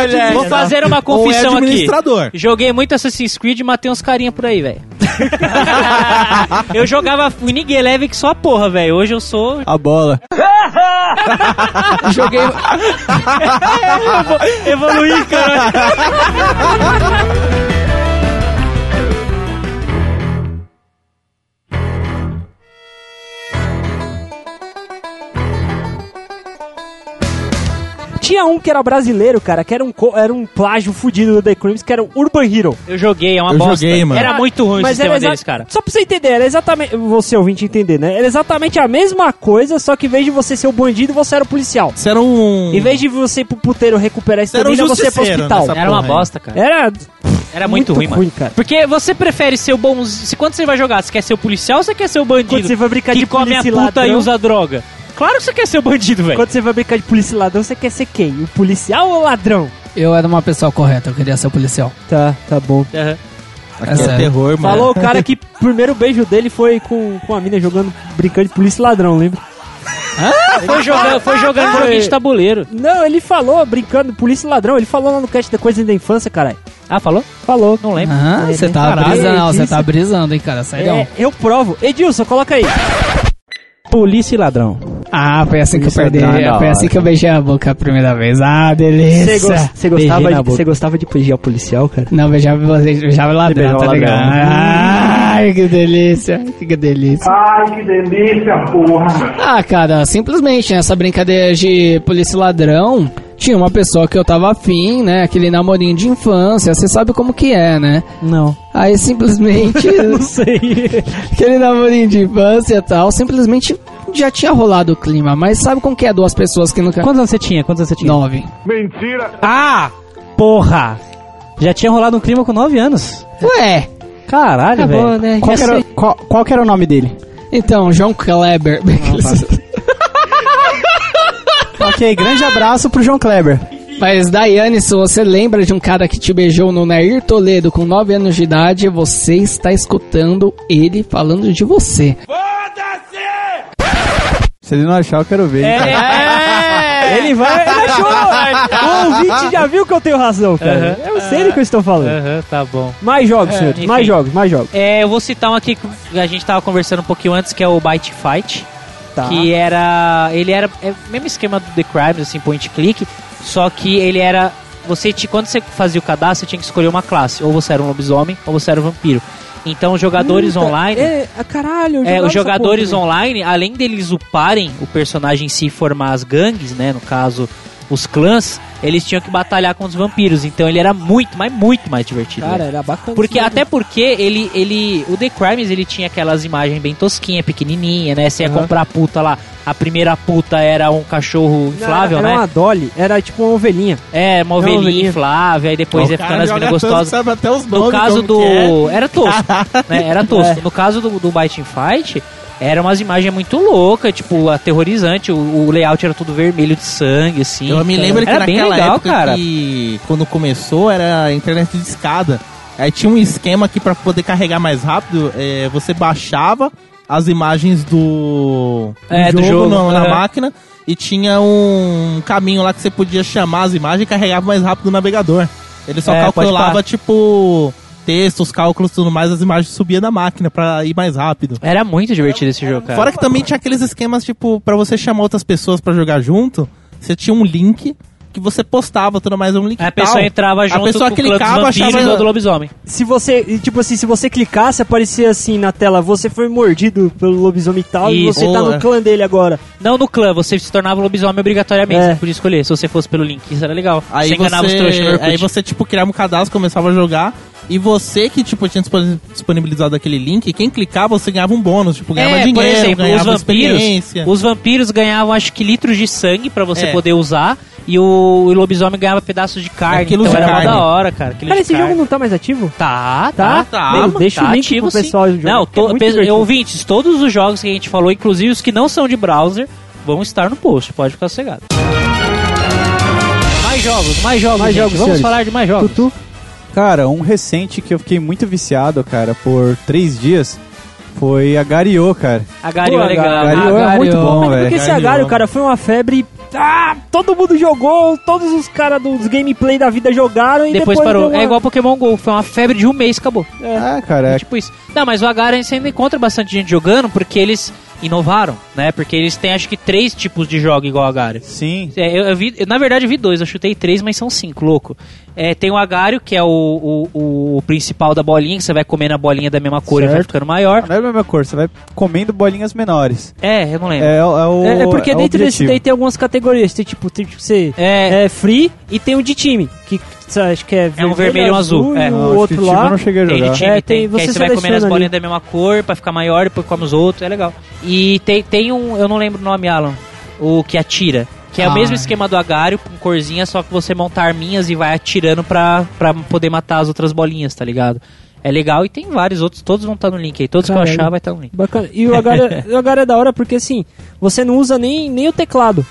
S1: olha,
S4: ou é
S1: Vou fazer uma
S4: ou é
S1: confissão aqui.
S4: administrador.
S1: Joguei muito Assassin's Creed e matei uns carinha por aí, velho. eu jogava Ninguém leve que só a porra, velho. Hoje eu sou.
S3: A bola.
S5: Joguei,
S1: Evoluí, cara.
S2: Tinha um que era brasileiro, cara, que era um, co- era um plágio fudido do The Crimes, que era o Urban Hero. Ah,
S1: Eu joguei, é uma
S4: Eu
S1: bosta.
S4: joguei, mano.
S1: Era muito ruim o
S2: era
S1: sistema
S2: exa-
S1: deles, cara.
S2: Só pra você entender, era exatamente. Você ouvinte entender, né? Era exatamente a mesma coisa, só que em vez de você ser o bandido, você era o policial.
S4: Você era um...
S2: Em vez de você ir pro puteiro recuperar a
S4: Você era um
S2: estamina, você ia pro
S4: justiceiro
S2: hospital.
S4: nessa-
S1: Era uma
S4: porra aí.
S1: bosta, cara.
S2: Era,
S1: Era muito, ruim, mano.
S2: cara.
S1: Porque você prefere ser o bonzinho. Se quando você vai jogar, você quer ser o policial ou você quer ser o
S2: Quando
S1: bandido?
S2: você vai brincar
S1: que
S2: de
S1: come a
S2: polícia
S1: puta
S2: e ladrão,
S1: e usa droga. Claro que você quer ser o bandido, velho.
S2: quando você vai brincar de polícia e ladrão, você quer ser quem? O policial ou o ladrão?
S5: eu era uma pessoa correta, eu queria ser policial.
S2: Tá, tá bom.
S1: Aham.
S4: Aqui
S5: É
S4: é,
S5: sério.
S4: terror, mano.
S2: Falou o cara que o primeiro beijo dele foi com, com a mina jogando, brincando de polícia e ladrão, lembra?
S1: Foi jogando, foi jogando
S2: Foi.
S1: joguinho de tabuleiro.
S2: Não, ele falou, brincando, polícia e ladrão, ele falou lá no cast da Coisa da Infância, caralho.
S1: Ah, falou?
S2: Falou.
S1: Não lembro.
S5: Ah, você tá
S2: Caralho,
S5: brisando,
S2: ele
S5: você
S2: disse.
S5: tá brisando, hein, cara, sério.
S2: É, eu provo. Edilson, coloca aí.
S1: Polícia e ladrão.
S5: Ah, foi assim que eu
S3: Isso é
S5: perdi,
S3: da- da
S5: foi assim
S3: hora.
S5: que eu beijei a boca a primeira vez. Ah, delícia.
S2: Você
S1: Beijei na
S2: gostava, de-
S1: boca.
S2: cê gostava de pedir ao policial, cara?
S5: Não, beijava vocês, beijava ladrão,
S3: beijava
S5: tá
S3: ladrão.
S5: ligado? Ai, que delícia, que delícia.
S6: Ai, que delícia, porra!
S5: Ah, cara, simplesmente né, essa brincadeira de polícia e ladrão. Tinha uma pessoa que eu tava afim, né? Aquele namorinho de infância, você sabe como que é, né?
S2: Não.
S5: Aí simplesmente,
S2: Sei.
S5: aquele namorinho de infância e tal, simplesmente já tinha rolado o clima. Mas sabe como que é duas pessoas que nunca.
S2: Quantos anos você tinha? Quantos anos você tinha?
S5: Nove.
S6: Mentira!
S2: Ah! Porra! Já tinha rolado um clima com 9 anos.
S5: Ué,
S2: Caralho,
S5: Acabou,
S2: velho.
S5: né?
S8: Qual que, era,
S5: Essa-
S8: qual, qual que era o nome dele?
S5: Então, João Kleber.
S3: tá
S8: ok, grande abraço pro João Kleber.
S5: Mas, Daiane, se você lembra de um cara que te beijou no Nair Toledo com 9 anos de idade, você está escutando ele falando de você.
S3: Se ele não achar, eu quero ver. hein, cara.
S1: É.
S2: Ele vai. Ele achou! o ouvinte já viu que eu tenho razão, cara. Eu sei do que eu estou falando.
S1: Aham, tá bom.
S2: Mais jogos, senhor.
S1: enfim.
S2: Mais jogos, mais jogos.
S1: É, eu vou citar um aqui que a gente tava conversando um pouquinho antes, que é o Byte Fight.
S2: Tá.
S1: Que era. Ele era. É o mesmo esquema do The Crimes, assim, point and click. Só que ele era. Você ti- quando você fazia o cadastro, você tinha que escolher uma classe. Ou você era um lobisomem, ou você era um vampiro. Então os jogadores
S2: Puta,
S1: online.
S2: É, ah, caralho,
S1: É,
S2: eu jogava
S1: os
S2: essa
S1: jogadores
S2: porra
S1: online, além deles uparem o personagem em si e formar as gangues, né? No caso, os clãs, eles tinham que batalhar com os vampiros. Então ele era muito, mas muito mais divertido.
S2: também. Cara,
S1: né?
S2: era bacana.
S1: Porque,
S2: isso, né?
S1: até porque ele, ele. O The Crimes ele tinha aquelas imagens bem tosquinhas, pequenininha, né? Você ia
S2: Aham.
S1: comprar a puta lá. a primeira puta era um cachorro inflável,
S2: era
S1: né?
S2: uma dolly, era tipo uma ovelhinha.
S1: É, uma
S2: Não,
S1: ovelhinha
S2: ovelhinha.
S1: inflável, aí depois ia ficando as meninas gostosas.
S4: Sabe até os nomes,
S1: No caso
S4: como que é.
S1: do. Era tosco, né? Era tosco. No caso do, do Bite and Fight, era umas imagens muito loucas, tipo, aterrorizante. O, o layout era tudo vermelho de sangue, assim.
S4: Eu me lembro que
S1: era bem
S4: naquela
S1: legal,
S4: época
S1: cara.
S4: que quando começou era a internet de escada. Aí tinha um esquema que pra poder carregar mais rápido, eh, você baixava as imagens do,
S1: É, do jogo,
S4: na, na
S1: é.
S4: máquina e tinha um caminho lá que você podia chamar as imagens e carregava mais rápido o navegador. Ele só
S1: É, pode
S4: calculava, tipo, textos, cálculos tudo mais, as imagens subiam da máquina pra ir mais rápido.
S1: Era muito divertido esse jogo,
S7: É.
S1: cara.
S4: Fora que também tinha aqueles esquemas, tipo, pra você chamar outras pessoas pra jogar junto, você tinha um link que você postava, tudo mais, um link
S1: É, a
S4: tal.
S1: pessoa entrava junto
S4: pessoa
S1: com o clã dos
S4: clicava,
S1: vampiros
S4: achava-
S1: e do- do lobisomem.
S2: Se você, e, tipo assim, se você clicasse, aparecia assim na tela, você foi mordido pelo lobisomem tal e
S1: Isso.
S2: você tá
S4: Boa.
S2: no clã dele agora.
S1: Não no clã, você se tornava um lobisomem obrigatoriamente.
S2: É.
S1: Você podia escolher se você fosse pelo link. Isso era legal.
S4: Aí
S1: você enganava os trouxas no
S4: você,
S1: Orkut.
S4: aí você, tipo, criava um cadastro, começava a jogar, e você que, tipo, tinha dispon- disponibilizado aquele link, quem clicava, você ganhava um bônus, tipo, ganhava
S1: É,
S4: dinheiro,
S1: por exemplo, os
S4: ganhava
S1: vampiros,
S4: experiência.
S1: os vampiros ganhavam acho que litros de sangue pra você
S4: É.
S1: poder usar e o, o lobisomem ganhava pedaços de carne.
S4: Quilos
S1: então
S4: de
S1: era mó
S4: carne.
S1: da hora, cara. quilos
S2: Cara,
S1: de
S2: esse
S1: carne.
S2: jogo não tá mais ativo?
S1: Tá, tá.
S2: Tá?
S4: tá,
S2: Meu,
S4: mano,
S2: deixa
S1: tá
S2: o link pro
S1: sim.
S2: pessoal jogar.
S1: Não,
S2: que é
S1: to,
S2: muito
S1: pe-
S2: divertido.
S1: ouvintes, todos os jogos que a gente falou, inclusive os que não são de browser, vão estar no post, pode ficar sossegado. Mais jogos, mais jogos,
S2: Mais
S1: gente.
S2: jogos,
S1: Vamos
S2: senhores.
S1: falar de mais jogos.
S2: Tutu,
S3: Cara, um recente que eu fiquei muito viciado, cara, por três dias, foi a Gariô, cara.
S1: A Gario
S2: Pô,
S1: é legal.
S3: A Gariô é
S5: Agario.
S3: muito
S2: Mas
S3: bom,
S2: porque
S3: velho.
S2: esse Agário, cara, foi uma febre. Ah, todo mundo jogou, todos os caras dos gameplay da vida jogaram e
S1: Depois
S2: depois,
S1: parou.
S2: deu uma-
S1: É igual Pokémon GO, foi uma febre de um mês, acabou.
S3: Ah, cara,
S1: É
S3: é
S1: tipo isso. Não, mas o Agaren você ainda encontra bastante gente jogando porque eles inovaram, né? Porque eles têm acho que três tipos de jogo igual o Agaren.
S3: sim.
S1: É, eu, eu vi, eu, na verdade eu vi dois, eu chutei três, mas são cinco, louco. É, tem o agário, que é o, o, o principal da bolinha, que você vai comendo a bolinha da mesma cor e vai
S3: Certo.
S1: ficando maior.
S3: Não é a mesma cor, você vai comendo bolinhas menores.
S1: É, eu não lembro.
S3: É, é o.
S2: É, é porque
S3: o
S2: dentro desse
S3: objetivo.
S2: daí tem algumas categorias. Tem tipo, tem, tipo você
S1: É,
S2: é. free e tem o de time, que sabe, acho que é
S1: É um vermelho e um azul, é.
S2: e
S3: Não,
S2: o
S3: acho que
S2: outro
S3: Chiba eu
S2: lá.
S3: não cheguei a
S1: tem de
S3: jogar.
S1: time,
S2: É,
S1: tem.
S2: tem-
S1: que aí
S2: você
S1: você vai comendo
S2: seleciona
S1: as
S2: ali.
S1: bolinhas da mesma cor pra ficar maior, depois come os outros, é legal. E tem, tem um, eu não lembro o nome, Alan, o que atira. Que é o
S5: Ah.
S1: mesmo esquema do agário, com corzinha, só que você monta arminhas e vai atirando pra, pra poder matar as outras bolinhas, tá ligado? É legal e tem vários outros, todos vão estar no link aí. Todos que eu
S2: Caralho.
S1: achar vai estar no link.
S2: Bacana. E o Agário, o Agário é da hora porque assim, você não usa nem, nem o teclado.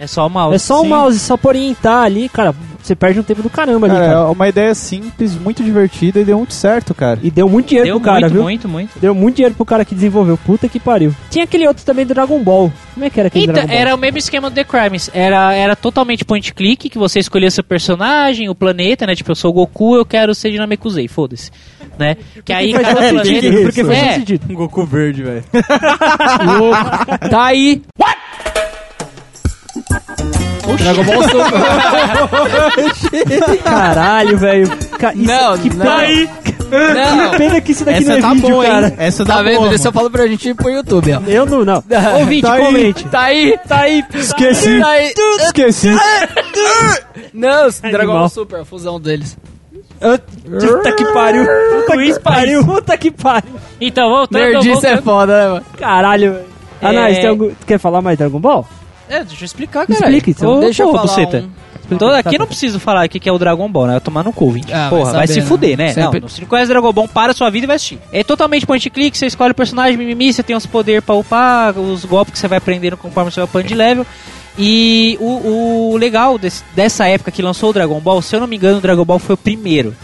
S1: É só o mouse.
S2: É só o
S3: Sim.
S2: mouse, só por orientar tá ali, cara, você perde um tempo do caramba ali,
S3: Cara, é
S2: cara.
S3: uma ideia simples, muito divertida e deu muito certo, cara.
S2: E deu muito dinheiro
S1: Deu
S2: pro cara,
S1: muito,
S2: viu?
S1: muito, muito.
S2: Deu muito dinheiro pro cara que desenvolveu. Puta que pariu. Tinha aquele outro também do Dragon Ball. Como é que era aquele
S1: Então,
S2: Dragon Ball?
S1: era o mesmo esquema do The Crimes. Era, era totalmente point click, que você escolhia seu personagem, o planeta, né? Tipo, eu sou o Goku, eu quero ser Dinamekusei, foda-se. Né? Que aí
S2: faz
S1: cada
S2: todo
S1: planeta...
S2: sentido, porque faz todo
S1: é,
S2: sentido.
S3: Um Goku verde, velho.
S5: Tá aí.
S1: Dragon Ball
S2: Caralho, velho. Ca- isso-
S5: Não,
S2: que
S5: não.
S2: pena,
S5: Não.
S2: que pena que isso daqui
S4: Essa
S2: não é
S4: tá
S2: vídeo,
S4: boa,
S2: cara.
S4: hein? Essa tá,
S5: Tá vendo?
S4: boa.
S5: Ele só falou pra gente ir pro YouTube, ó.
S2: Eu não, não. Ouvinte,
S3: Tá aí.
S2: comente.
S5: Tá aí.
S2: Tá aí.
S3: Esqueci,
S5: Tá aí.
S3: esqueci.
S5: Não, esse Dragon Ball
S2: Animal.
S5: Super, a fusão deles.
S2: Puta que pariu. Puta que pariu. Puta que pariu.
S1: Então, voltando,
S5: Nerdice é
S1: voltando.
S5: foda, né, mano?
S2: Caralho, velho. Ah, não,
S1: É.
S2: isso tem algum... tu quer falar mais Dragon Ball?
S1: É, deixa eu explicar, cara.
S2: Explica, então.
S5: Deixa eu falar
S1: Buceta.
S5: um-
S1: Então, aqui eu não preciso falar o que que é o Dragon Ball, né? Vai tomar no cu, vinte.
S5: Ah, vai
S1: Porra, vai
S5: saber,
S1: se
S5: né?
S1: fuder, né? Não,
S5: Sempre-
S1: não, se não conhece Dragon Ball, para a sua vida e vai assistir. É totalmente point click, você escolhe o personagem, mimimi, você tem os poderes pra upar, os golpes que você vai aprendendo conforme você vai upando de level. E o, o legal desse- dessa época que lançou o Dragon Ball, se eu não me engano, o Dragon Ball foi o primeiro.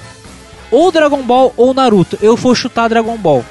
S1: Ou Dragon Ball ou Naruto. Eu vou chutar Dragon Ball.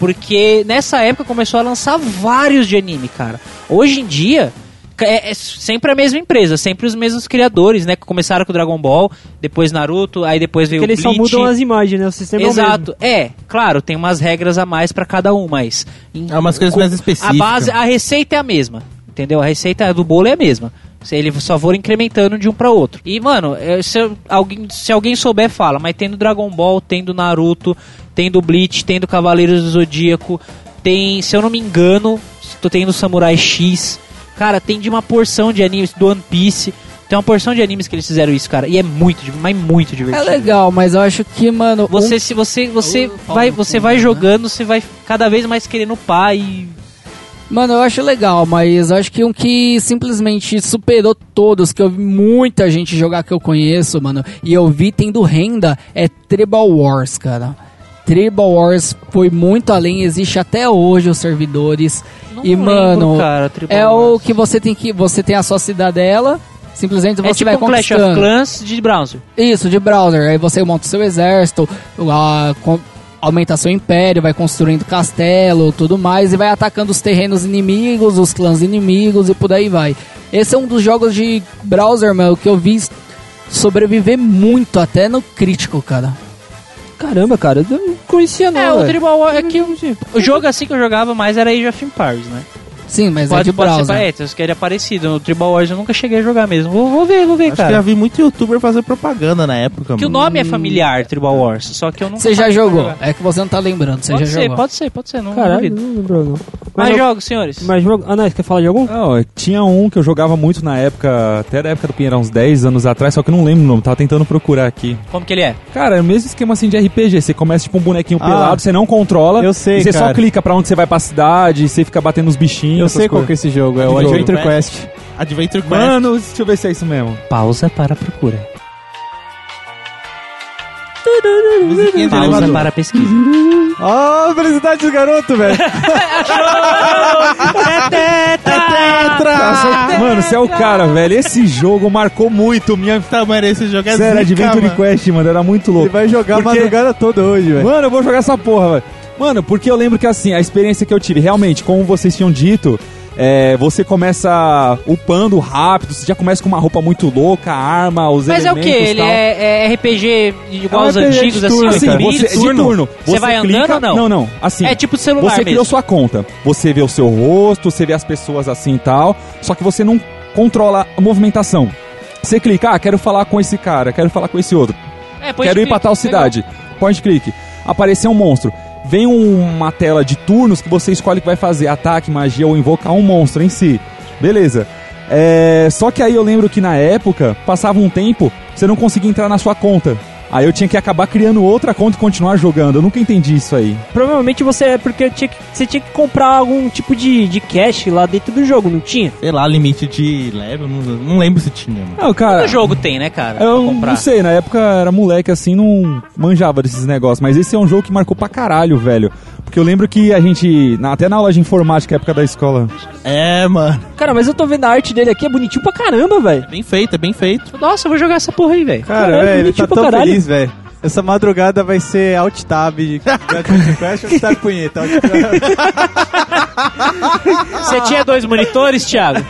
S1: Porque nessa época começou a lançar vários de anime, cara. Hoje em dia, é, é sempre a mesma empresa, sempre os mesmos criadores, né? Que começaram com Dragon Ball, depois Naruto, aí depois veio
S2: Porque eles
S1: o
S2: só
S1: Bleach.
S2: mudam as imagens, né? O sistema é o mesmo.
S1: Exato, é, claro, tem umas regras a mais pra cada um, mas. em-
S4: É umas coisas
S1: com-
S4: mais específicas.
S1: A base, a receita é a mesma, entendeu? A receita do bolo é a mesma. Se ele só for incrementando de um pra outro. E, mano, é, se, eu- alguém, se alguém souber, fala, mas tem do Dragon Ball, tem do Naruto, tem do Bleach, tem do Cavaleiros do Zodíaco, tem, se eu não me engano, tô tendo Samurai X. Cara, tem de uma porção de animes do One Piece. Tem uma porção de animes que eles fizeram isso, cara. E é muito, div- mas muito
S5: É
S1: divertido.
S5: legal, mas eu acho que, mano... um
S1: Você se você você
S5: Paulo
S1: vai
S5: Paulo
S1: você
S5: Paulo,
S1: vai
S5: né?
S1: jogando, você vai cada vez mais querendo upar e
S5: Mano, eu acho legal, mas eu acho que um que simplesmente superou todos, que eu vi muita gente jogar que eu conheço, mano, e eu vi tendo renda, é Tribal Wars, cara. Tribal Wars foi muito além, existe até hoje os servidores.
S1: Não
S5: e,
S1: lembro,
S5: mano,
S1: cara, Tribal
S5: é o
S1: Wars.
S5: que você tem que. Você tem a sua cidadela, simplesmente você
S1: É tipo
S5: vai
S1: um Clash
S5: conquistando.
S1: of Clans de browser.
S5: Isso, de browser. Aí você monta o seu exército, a- com- aumenta seu império, vai construindo castelo, tudo mais, e vai atacando os terrenos inimigos, os clãs inimigos e por aí vai. Esse é um dos jogos de browser, meu, que eu vi sobreviver muito, até no crítico, cara.
S2: Caramba, cara, eu um não conhecia não.
S1: É, o
S2: velho.
S1: Tribal War é que o jogo assim que eu jogava mais era Age of Empires, né?
S5: Sim, mas é de
S1: ser
S5: browser.
S1: parecido, acho que era parecido. No Tribal Wars eu nunca cheguei a jogar mesmo. Vou, vou ver, vou ver,
S7: É.
S4: Acho que
S1: cara.
S4: já vi muito youtuber fazer propaganda na época,
S1: Que o
S4: mano.
S1: nome é familiar, Tribal Wars, só que eu nunca...
S5: Você já
S1: parei pra
S5: jogou?
S1: jogar.
S5: É que você não tá lembrando, você
S1: Pode
S5: já
S1: ser,
S5: jogou.
S1: pode ser, pode ser, não
S2: Caralho,
S1: duvido.
S2: não lembro não. Mas,
S1: Mais
S2: eu-
S1: jogos, senhores.
S2: mas jogo... Ah, não, você quer falar de algum?
S7: Não, é- tinha um que eu jogava muito na época, até da época do Pinheirão, uns 10 anos atrás, só que eu não lembro o nome, tava tentando procurar aqui.
S1: Como que ele é?
S7: Cara, é o mesmo esquema assim de RPG, você começa tipo um bonequinho
S3: Ah,
S7: pelado, você não controla,
S3: eu sei,
S7: e você só
S3: cara.
S7: clica pra onde você vai pra cidade, você fica batendo os bichinhos,
S3: Eu
S7: essas
S3: sei qual
S7: coisas.
S3: que é esse jogo, é
S7: Que
S3: o
S7: jogo?
S3: Adventure Quest.
S4: Adventure Quest.
S7: Mano, deixa eu ver se é isso mesmo.
S1: Pausa para a procura.
S4: musiquinha de
S1: Pausa
S4: elevador.
S1: para a pesquisa.
S3: Ah, tá- felicidade dos garotos, velho.
S2: É
S3: É Ah,
S2: Tá
S7: Mano, você é o cara, velho. Esse jogo marcou muito minha.
S4: Tá, mano, esse jogo é
S7: Sério,
S4: zica,
S7: Adventure
S4: mano.
S7: Quest, mano, era muito
S3: Ele
S7: louco.
S3: vai jogar
S7: Porque-
S3: a madrugada toda hoje, velho.
S7: Mano, eu vou jogar essa porra, velho. Mano, porque eu lembro que assim, a experiência que eu tive, realmente, como vocês tinham dito, é, você começa upando rápido, você já começa com uma roupa muito louca, arma, os
S1: Mas é o
S7: elementos
S1: que? Ele
S7: tal.
S1: é, é RPG igual
S3: É um
S1: aos
S3: RPG de
S1: antigos,
S3: turno,
S1: assim,
S7: Assim,
S1: mini
S7: você, de turno.
S1: Você vai
S7: clica-
S1: andando ou não?
S7: Não, não. Assim,
S1: É tipo celular
S7: você criou
S1: mesmo.
S7: sua conta. Você vê o seu rosto, você vê as pessoas assim e tal. Só que você não controla a movimentação. Você clica, ah, quero falar com esse cara, quero falar com esse outro.
S1: É, point
S7: quero ir pra
S1: click,
S7: tal
S1: legal.
S7: cidade. Point click. Apareceu um monstro. Vem um, uma tela de turnos que você escolhe que vai fazer ataque, magia ou invocar um monstro em si. Beleza. É, só que aí eu lembro que na época, passava um tempo, você não conseguia entrar na sua conta. Aí eu tinha que acabar criando outra conta e continuar jogando. Eu nunca entendi isso aí.
S2: Provavelmente você é porque tinha que- você tinha que comprar algum tipo de, de cash lá dentro do jogo, não tinha?
S4: Sei lá, limite de level, não, não lembro se tinha, mano.
S7: Ah, cara,
S1: Todo jogo tem, né, cara? pra
S7: eu
S1: comprar.
S7: não sei, na época era moleque assim, não manjava desses negócios, mas esse é um jogo que marcou pra caralho, velho. Porque eu lembro que a gente, na- até na aula de informática, época da escola,
S4: É, mano.
S2: Cara, mas eu tô vendo a arte dele aqui, é bonitinho pra caramba, velho.
S4: É bem feito, é bem feito.
S1: Nossa, eu vou jogar essa porra aí, velho.
S3: Cara,
S2: Caralho,
S3: velho, ele
S2: bonitinho pra
S3: tá tão
S2: caralho.
S3: feliz, velho. Essa madrugada vai ser alt tab de Adventure Quest, alt tab punheta. alt tab-
S1: Você tinha dois monitores, Thiago?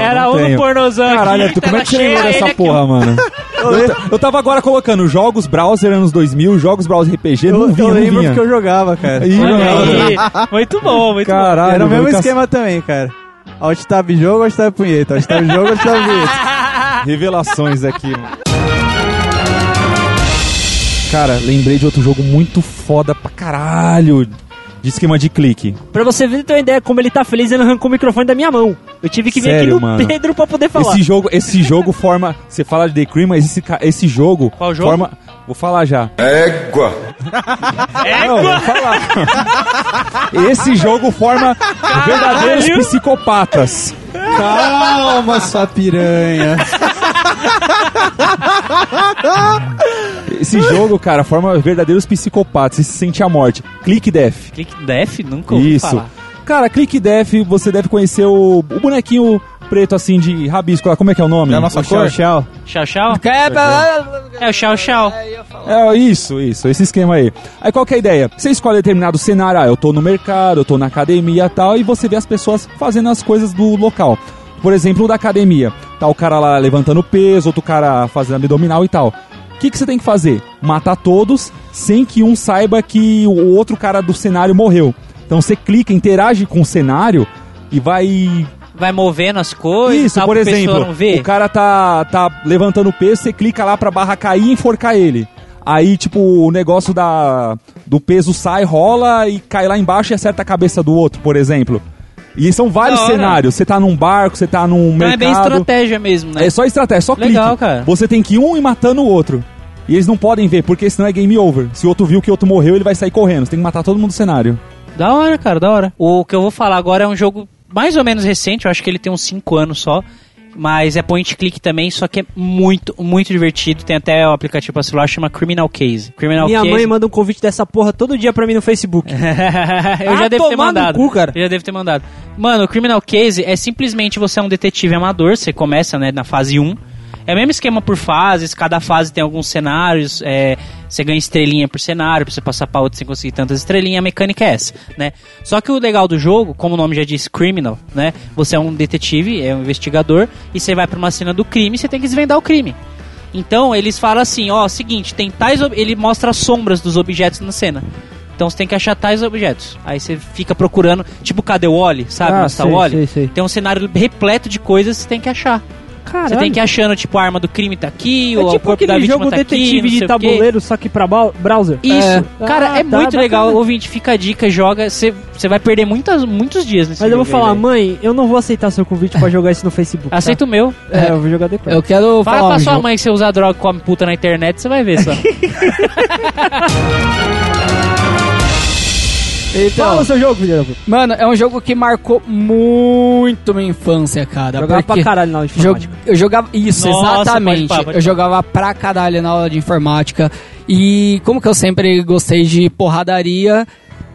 S1: Era
S7: não
S1: um
S7: tenho.
S1: no pornozão
S7: Caralho,
S1: aqui,
S7: Arthur, como é que você
S1: tela
S7: lembrou
S1: cheia,
S7: dessa
S1: ele
S7: porra, mano? Eu, ta- eu tava agora colocando jogos browser anos 2000, jogos browser RPG,
S3: Eu,
S7: não vinha,
S3: eu
S7: não
S3: lembro
S7: vinha.
S3: porque eu jogava, cara.
S7: Ih, mano.
S1: Olha aí. Muito bom, muito
S7: Caralho,
S3: Era o mesmo
S7: velho,
S3: esquema também, cara. Alt tab jogo, alt tab punheta. Alt tab jogo, alt tab punheta.
S7: ca- Revelações aqui, mano. Cara, lembrei de outro jogo muito foda pra caralho. De esquema de clique.
S2: Pra você ver ter uma ideia como ele tá feliz, ele arrancou o microfone da minha mão. Eu tive que vir aqui
S7: Sério,
S2: no
S7: mano?
S2: Pedro pra poder falar.
S7: Esse jogo, esse jogo forma. Você fala de The Cream, mas esse, ca- esse jogo.
S1: Qual jogo?
S7: Forma, vou falar já.
S9: Égua.
S7: Não, vou falar. esse jogo forma verdadeiros psicopatas.
S3: Calma, sua piranha.
S7: Esse jogo, cara, forma verdadeiros psicopatas. Você se sente a morte. Click Death.
S1: Click Def? Nunca ouvi
S7: Isso.
S1: falar.
S7: Cara, Click Death, você deve conhecer o, o bonequinho preto assim de rabisco lá. Como é que é o nome?
S4: É a nossa
S7: o Xiao
S4: cor?
S7: Xiao.
S1: Tchau, tchau. É o tchau, tchau.
S7: É, isso, isso, esse esquema aí. Aí qual que é a ideia? Você escolhe determinado cenário, ah, eu tô no mercado, eu tô na academia e tal, e você vê as pessoas fazendo as coisas do local. Por exemplo, da academia. Tá o cara lá levantando peso, outro cara fazendo abdominal e tal. O que, que você tem que fazer? Matar todos sem que um saiba que o outro cara do cenário morreu. Então você clica, interage com o cenário e vai
S1: Vai movendo as coisas,
S7: isso,
S1: tal,
S7: por
S1: pra pessoa
S7: exemplo,
S1: não ver.
S7: o cara tá, tá levantando o peso, você clica lá pra barra cair e enforcar ele. Aí, tipo, o negócio da, do peso sai, rola e cai lá embaixo e acerta a cabeça do outro, por exemplo. E são vários
S1: Da hora.
S7: cenários. Você tá num barco, você tá num
S1: Então é bem
S7: mercado.
S1: estratégia mesmo, né?
S7: É só estratégia, só clique.
S1: Legal, cara.
S7: Você tem que ir um e matando o outro. E eles não podem ver, porque senão é game over. Se o outro viu que o outro morreu, ele vai sair correndo. Você tem que matar todo mundo do cenário.
S1: Da hora, cara, da hora. O que eu vou falar agora é um jogo mais ou menos recente, eu acho que ele tem uns 5 anos só. Mas é point click também, só que é muito, muito divertido. Tem até o aplicativo pra celular, chama Criminal Case. Criminal
S2: Minha
S7: é
S1: Case.
S2: mãe manda um convite dessa porra todo dia pra mim no Facebook.
S1: eu
S2: Ah,
S1: já devo ter
S2: tomar no
S1: mandado.
S2: cu, cara.
S1: Eu já devo ter mandado. Mano, o Criminal Case é simplesmente você é um detetive amador, você começa né, na fase 1. É o mesmo esquema por fases, cada fase tem alguns cenários, é, você ganha estrelinha por cenário, pra você passar pra outro sem conseguir tantas estrelinhas, a mecânica é essa, né? Só que o legal do jogo, como o nome já diz, criminal, né? Você é um detetive, é um investigador, e você vai pra uma cena do crime e você tem que desvendar o crime. Então eles falam assim, ó, seguinte, tem tais. ob- Ele mostra as sombras dos objetos na cena. Então você tem que achar tais objetos. Aí você fica procurando, tipo, cadê o Wally? Sabe?
S2: Ah,
S1: onde está o
S2: sei,
S1: Wally?
S2: sei, sei.
S1: Tem um cenário repleto de coisas que você tem que achar. Você tem que ir achando, tipo, a arma do crime tá aqui,
S2: É
S1: o
S2: tipo
S1: corpo da
S2: aquele
S1: vítima
S2: jogo
S1: tá
S2: detetive
S1: aqui, não sei
S2: de
S1: o quê.
S2: tabuleiro, só que pra bal- browser.
S1: Isso,
S2: É.
S1: cara,
S2: Ah,
S1: é
S2: tá,
S1: muito legal.
S2: bacana.
S1: Ouvinte, fica a dica, joga. Você você vai perder muitas, muitos dias nesse
S2: Mas eu
S1: jogo
S2: vou falar,
S1: aí, velho.
S2: mãe, eu não vou aceitar seu convite pra jogar isso no Facebook. tá?
S1: Aceita o meu.
S2: É, eu vou jogar depois.
S5: Eu quero
S1: Fala
S5: falar
S1: pra
S5: um
S1: sua
S5: jogo.
S1: mãe que você usa droga e come puta na internet, você vai ver só. Então,
S2: Fala o seu jogo, filho da puta.
S5: Mano, é um jogo que marcou muito minha infância, cara.
S2: Jogava
S5: porque
S2: pra caralho na aula de
S5: jo-
S2: informática.
S5: eu jogava isso,
S1: Nossa,
S5: exatamente.
S1: pode pá, pode
S5: eu
S1: pá.
S5: jogava pra caralho na aula de informática e como que eu sempre gostei de porradaria,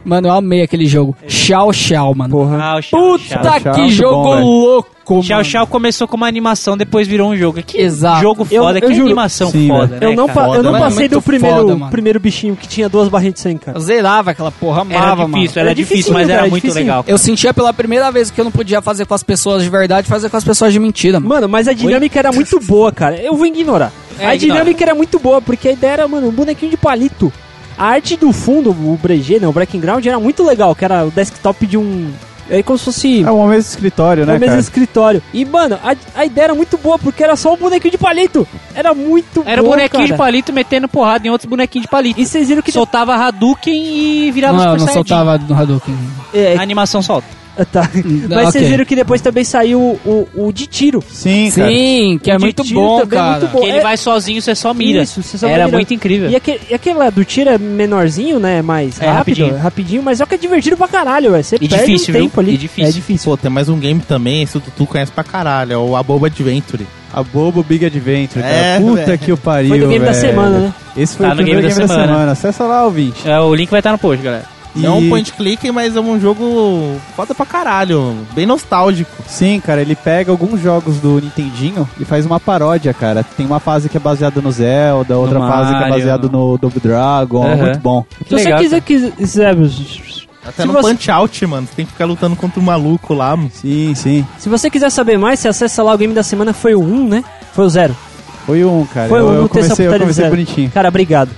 S5: mano, eu amei aquele jogo. Tchau, tchau, mano.
S2: Porra.
S1: Ah, o Xiao,
S5: Puta
S1: Xiao.
S5: que
S3: é muito
S5: jogo
S3: bom, velho.
S5: louco,
S1: Xiao
S5: mano.
S1: Xiao começou como uma animação, depois virou um jogo. Que
S5: Exato.
S1: jogo
S2: Eu-
S1: foda,
S2: eu
S1: que
S2: juro.
S1: animação
S3: Sim,
S1: foda, né,
S2: eu, não
S1: cara?
S2: pa- eu não
S5: Foda,
S2: passei
S5: mano.
S2: do
S5: Muito
S2: primeiro,
S5: foda, mano.
S2: primeiro bichinho que tinha duas barrinhas de sangue, cara.
S5: Eu zerava aquela porra,
S1: Era
S5: amava, mano.
S1: difícil, era,
S2: Era
S1: difícil,
S2: difícil,
S1: mas
S2: cara,
S1: era
S2: era
S1: muito
S2: difícil.
S1: legal.
S5: Eu sentia pela primeira vez que eu não podia fazer com as pessoas de verdade, fazer com as pessoas de mentira, mano.
S2: Mano, mas a dinâmica era muito boa, cara. Eu vou ignorar.
S1: É,
S2: a
S1: ignora.
S2: dinâmica era muito boa, porque a ideia era, mano, um bonequinho de palito. A arte do fundo, o BG, né, o Breaking Ground, era muito legal, que era o desktop de um... É como se fosse...
S3: É um mesmo escritório,
S2: no
S3: né,
S2: mesmo
S3: cara?
S2: escritório. E, mano, a, a ideia era muito boa, porque era só um bonequinho de palito. Era muito
S1: Era
S2: bom,
S1: bonequinho de
S2: cara.
S1: palito metendo porrada em outros bonequinhos de palito.
S2: E vocês viram que...
S1: soltava Hadouken e virava
S5: Não,
S1: Super
S5: eu não
S1: Saiyajin.
S5: soltava do Hadouken.
S2: É,
S1: A animação solta.
S2: tá. Mas vocês
S5: ok.
S2: viram que depois também saiu o, o de tiro.
S3: Sim, cara.
S5: Sim, que é
S2: O de
S5: muito
S2: tiro
S5: bom,
S2: também é
S5: cara.
S2: muito bom.
S1: Que ele
S2: É-
S1: vai sozinho, você só mira.
S2: Isso, você só vai
S1: era
S2: mirando.
S1: muito incrível.
S2: E é aque- e aquele lá do tiro é menorzinho, né? Mais
S1: É,
S2: rápido,
S1: rapidinho.
S2: rapidinho. mas só que é divertido pra caralho, velho. Você
S1: E
S2: perde
S1: difícil,
S2: um
S1: viu?
S2: tempo ali.
S1: E difícil.
S2: É difícil.
S4: Pô, tem mais um game também, esse o Tutu conhece pra caralho, é o Aboba Adventure.
S3: A Bobo Big Adventure, cara.
S4: É,
S3: Puta
S4: velho.
S3: que o pariu,
S2: Foi do game da
S3: velho.
S2: semana, né?
S3: Esse foi
S1: Tá
S3: o
S1: no
S3: primeiro game, da, semana. Acessa lá, ouvinte.
S1: É, o link vai estar no post, galera.
S4: Não é um point click, mas é um jogo foda pra caralho, bem nostálgico.
S3: Sim, cara, ele pega alguns jogos do Nintendinho e faz uma paródia, cara. Tem uma fase que é baseada no Zelda, outra fase que é
S1: Mario.
S3: baseada no Double Dragon,
S1: Aham.
S3: muito bom.
S2: Se você
S1: legal,
S2: quiser, quiser,
S4: Até
S2: Se
S4: no
S2: você-
S4: Punch Out, mano. Você tem que ficar lutando contra um maluco lá, mano.
S3: Sim, sim.
S2: se você quiser saber mais, você acessa lá o game da semana. Foi o 1, né? Foi o 0.
S3: Foi um, cara.
S2: Foi
S3: eu,
S2: um,
S3: eu
S2: não tem essa
S3: comecei, eu
S2: putaria
S3: comecei
S2: zero.
S3: bonitinho.
S2: Cara, obrigado.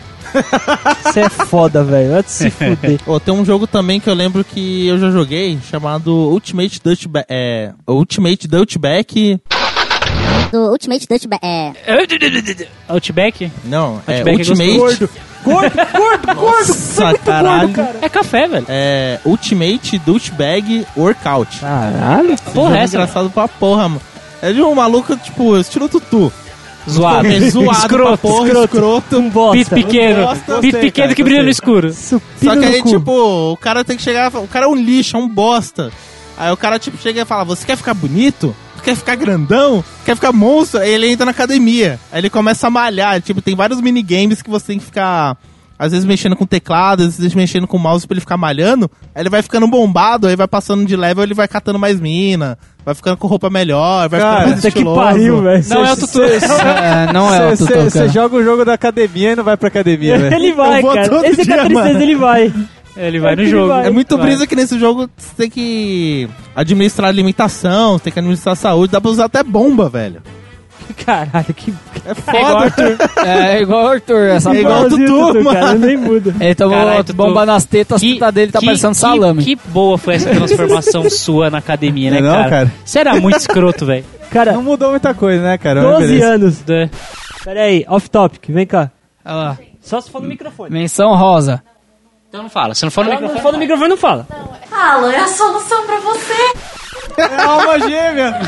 S2: Você é foda, velho. Vai se fuder.
S4: Ô, tem um jogo também que eu lembro que eu já joguei, chamado Ultimate Dutchback. É. Ultimate Dutchback.
S9: do Ultimate Dutch Ba- é,
S1: É Outback?
S4: Não, é
S1: Outback é
S4: Ultimate.
S1: gostoso.
S2: gordo, gordo, gordo. Foi muito
S4: Sacaralho.
S2: gordo, cara.
S1: É café, velho.
S4: É. Ultimate Dutchbag Workout.
S2: Caralho.
S4: Esse
S1: porra
S4: jogo
S1: é
S4: é
S1: essa,
S4: engraçado pra porra, mano. É de um maluco, tipo, estilo tutu.
S1: Zoado.
S4: É zoado pra
S1: Escroto,
S4: porra,
S1: escroto.
S4: escroto.
S2: Um bosta.
S1: Pito pequeno.
S4: Gosta,
S1: Pito
S3: gostei,
S1: pequeno
S3: cara,
S1: que brilha no
S3: gostei.
S1: escuro.
S2: Supino
S4: Só que
S2: no
S4: aí,
S2: cu.
S4: tipo, o cara tem que chegar. O cara é um lixo, é um bosta. Aí o cara, tipo, chega e fala: Você quer ficar bonito? Tu Quer ficar grandão? Quer ficar monstro? Aí ele entra na academia. Aí ele começa a malhar. Tipo, tem vários minigames que você tem que ficar. Às vezes mexendo com teclado, às vezes mexendo com mouse pra ele ficar malhando. Aí ele vai ficando bombado, aí vai passando de level, ele vai catando mais mina. Vai ficando com roupa melhor, vai ficando mais
S2: Puta que
S4: estiloso.
S2: pariu, velho.
S1: Não é o tutu.
S5: É, não é o Tutu,
S3: Você
S5: cara.
S3: joga o jogo da academia e não vai pra academia, velho.
S2: Ele vai,
S4: Eu vou
S2: cara.
S4: todo
S2: Esse
S4: dia,
S2: é a tristeza,
S4: mano.
S2: ele vai.
S1: Ele vai no
S2: Ele
S1: jogo.
S2: vai.
S4: É muito
S1: Vai.
S4: brisa que nesse jogo você tem que administrar alimentação, você tem que administrar saúde, dá pra usar até bomba, velho.
S2: Caralho, que
S4: É
S1: É igual
S4: foda.
S1: Arthur.
S5: É igual o Arthur, essa
S4: É igual
S5: porra.
S4: o
S2: Brasil,
S4: Tutu,
S2: cara,
S4: mano.
S2: nem muda.
S5: Ele tomou
S1: Caralho, Tutu.
S5: bomba nas tetas, a teta dele tá
S1: que-
S5: parecendo
S1: que-
S5: salame.
S1: Que boa foi essa transformação sua na academia, né,
S3: Não é não,
S1: cara?
S3: cara?
S1: Você era muito escroto, velho.
S2: Cara,
S3: Não mudou muita coisa, né,
S4: é
S3: cara? Mas
S2: 12
S3: beleza.
S2: anos.
S1: Do-
S2: Pera aí, off topic, vem cá.
S5: Olha lá.
S2: Só se for no microfone.
S5: Menção rosa.
S1: Então não fala. Se não for no
S2: Não,
S1: microfone,
S2: for no microfone, não fala.
S10: Falo, é a solução pra você.
S3: É a alma gêmea.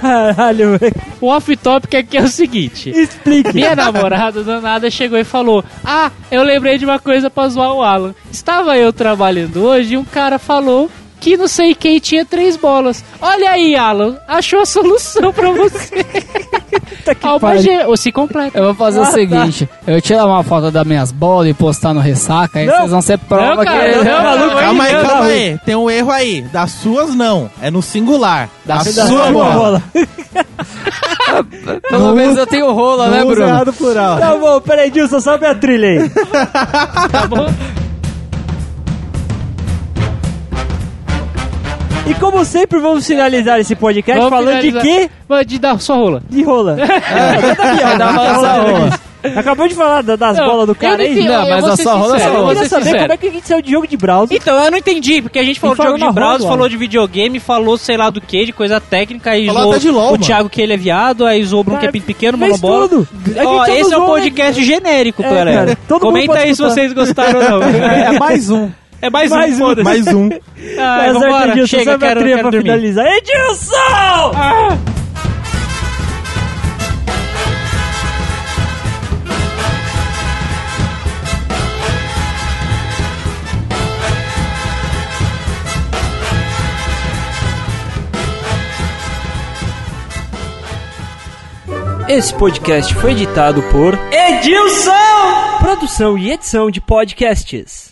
S2: Caralho, velho.
S1: O off-topic aqui é o seguinte.
S2: Explique.
S1: Minha namorada danada chegou e falou: Ah, eu lembrei de uma coisa pra zoar o Alan. Estava eu trabalhando hoje e um cara falou que não sei quem tinha três bolas. Olha aí, Alan, achou a solução pra você.
S2: Puta que
S1: Alma
S2: pariu.
S1: G, ou se completa.
S5: Eu vou fazer o seguinte: eu tirar uma foto das minhas bolas e postar no ressaca, aí
S2: Não.
S5: vocês vão ser prova
S1: Não, cara,
S5: que.
S1: não, não, não.
S4: Calma aí, calma aí. Tem um erro aí. Das suas, não. É no singular. Da,
S2: Da
S4: sua, bola.
S5: Pelo
S3: Não
S5: menos
S3: usa-
S5: eu tenho rola, né,
S3: Não usa
S5: Bruno?
S3: errado plural.
S2: Tá bom, peraí, Dilson, sobe a trilha aí.
S1: Tá bom?
S2: E como sempre, vamos finalizar esse podcast
S1: Vamos
S2: falando
S1: finalizar.
S2: de quê?
S1: Mano, de dar sua rola.
S2: De rola. Acabou de falar da- das
S1: Não,
S2: bolas do
S1: eu
S2: cara
S1: nem
S2: aí.
S1: vi- eu
S5: Não, mas
S1: vou
S5: a
S1: ser
S5: sua rola é
S1: sincero,
S5: sua
S1: eu
S2: Eu
S1: vou
S5: rola.
S2: queria
S1: ser
S2: saber
S1: sincero.
S2: como é que a gente saiu de jogo de Browser.
S1: Então, eu não entendi, porque a gente falou de
S2: falou
S1: jogo de
S2: na rola,
S1: browser,
S2: Alan.
S1: falou de videogame, falou sei lá do que, de coisa técnica, e
S4: Falou
S1: zoou
S4: até de LOL,
S1: o
S4: mano.
S1: Thiago que ele é viado, aí zoou o Bruno que é
S2: Cara,
S1: pinto pequeno,
S2: fez
S1: monobola.
S2: tudo. A
S1: Ó,
S2: gente só
S1: esse é
S2: não
S1: um
S2: zoou, né?
S1: podcast genérico,
S2: É,
S1: galera.
S2: cara, todo mundo
S1: Comenta
S2: pode
S1: aí se
S2: escutar.
S1: vocês gostaram ou não.
S3: É mais um.
S1: É mais,
S2: Mais
S1: um,
S2: um.
S1: foda-se.
S4: Mais um.
S1: Ah,
S2: Mas,
S1: vambora,
S2: Edilson,
S1: chega,
S2: sobe a
S1: quero,
S2: trilha
S1: quero
S2: pra
S1: dormir.
S2: finalizar. Edilson! Esse podcast foi editado por Edilson! Produção e edição de podcasts.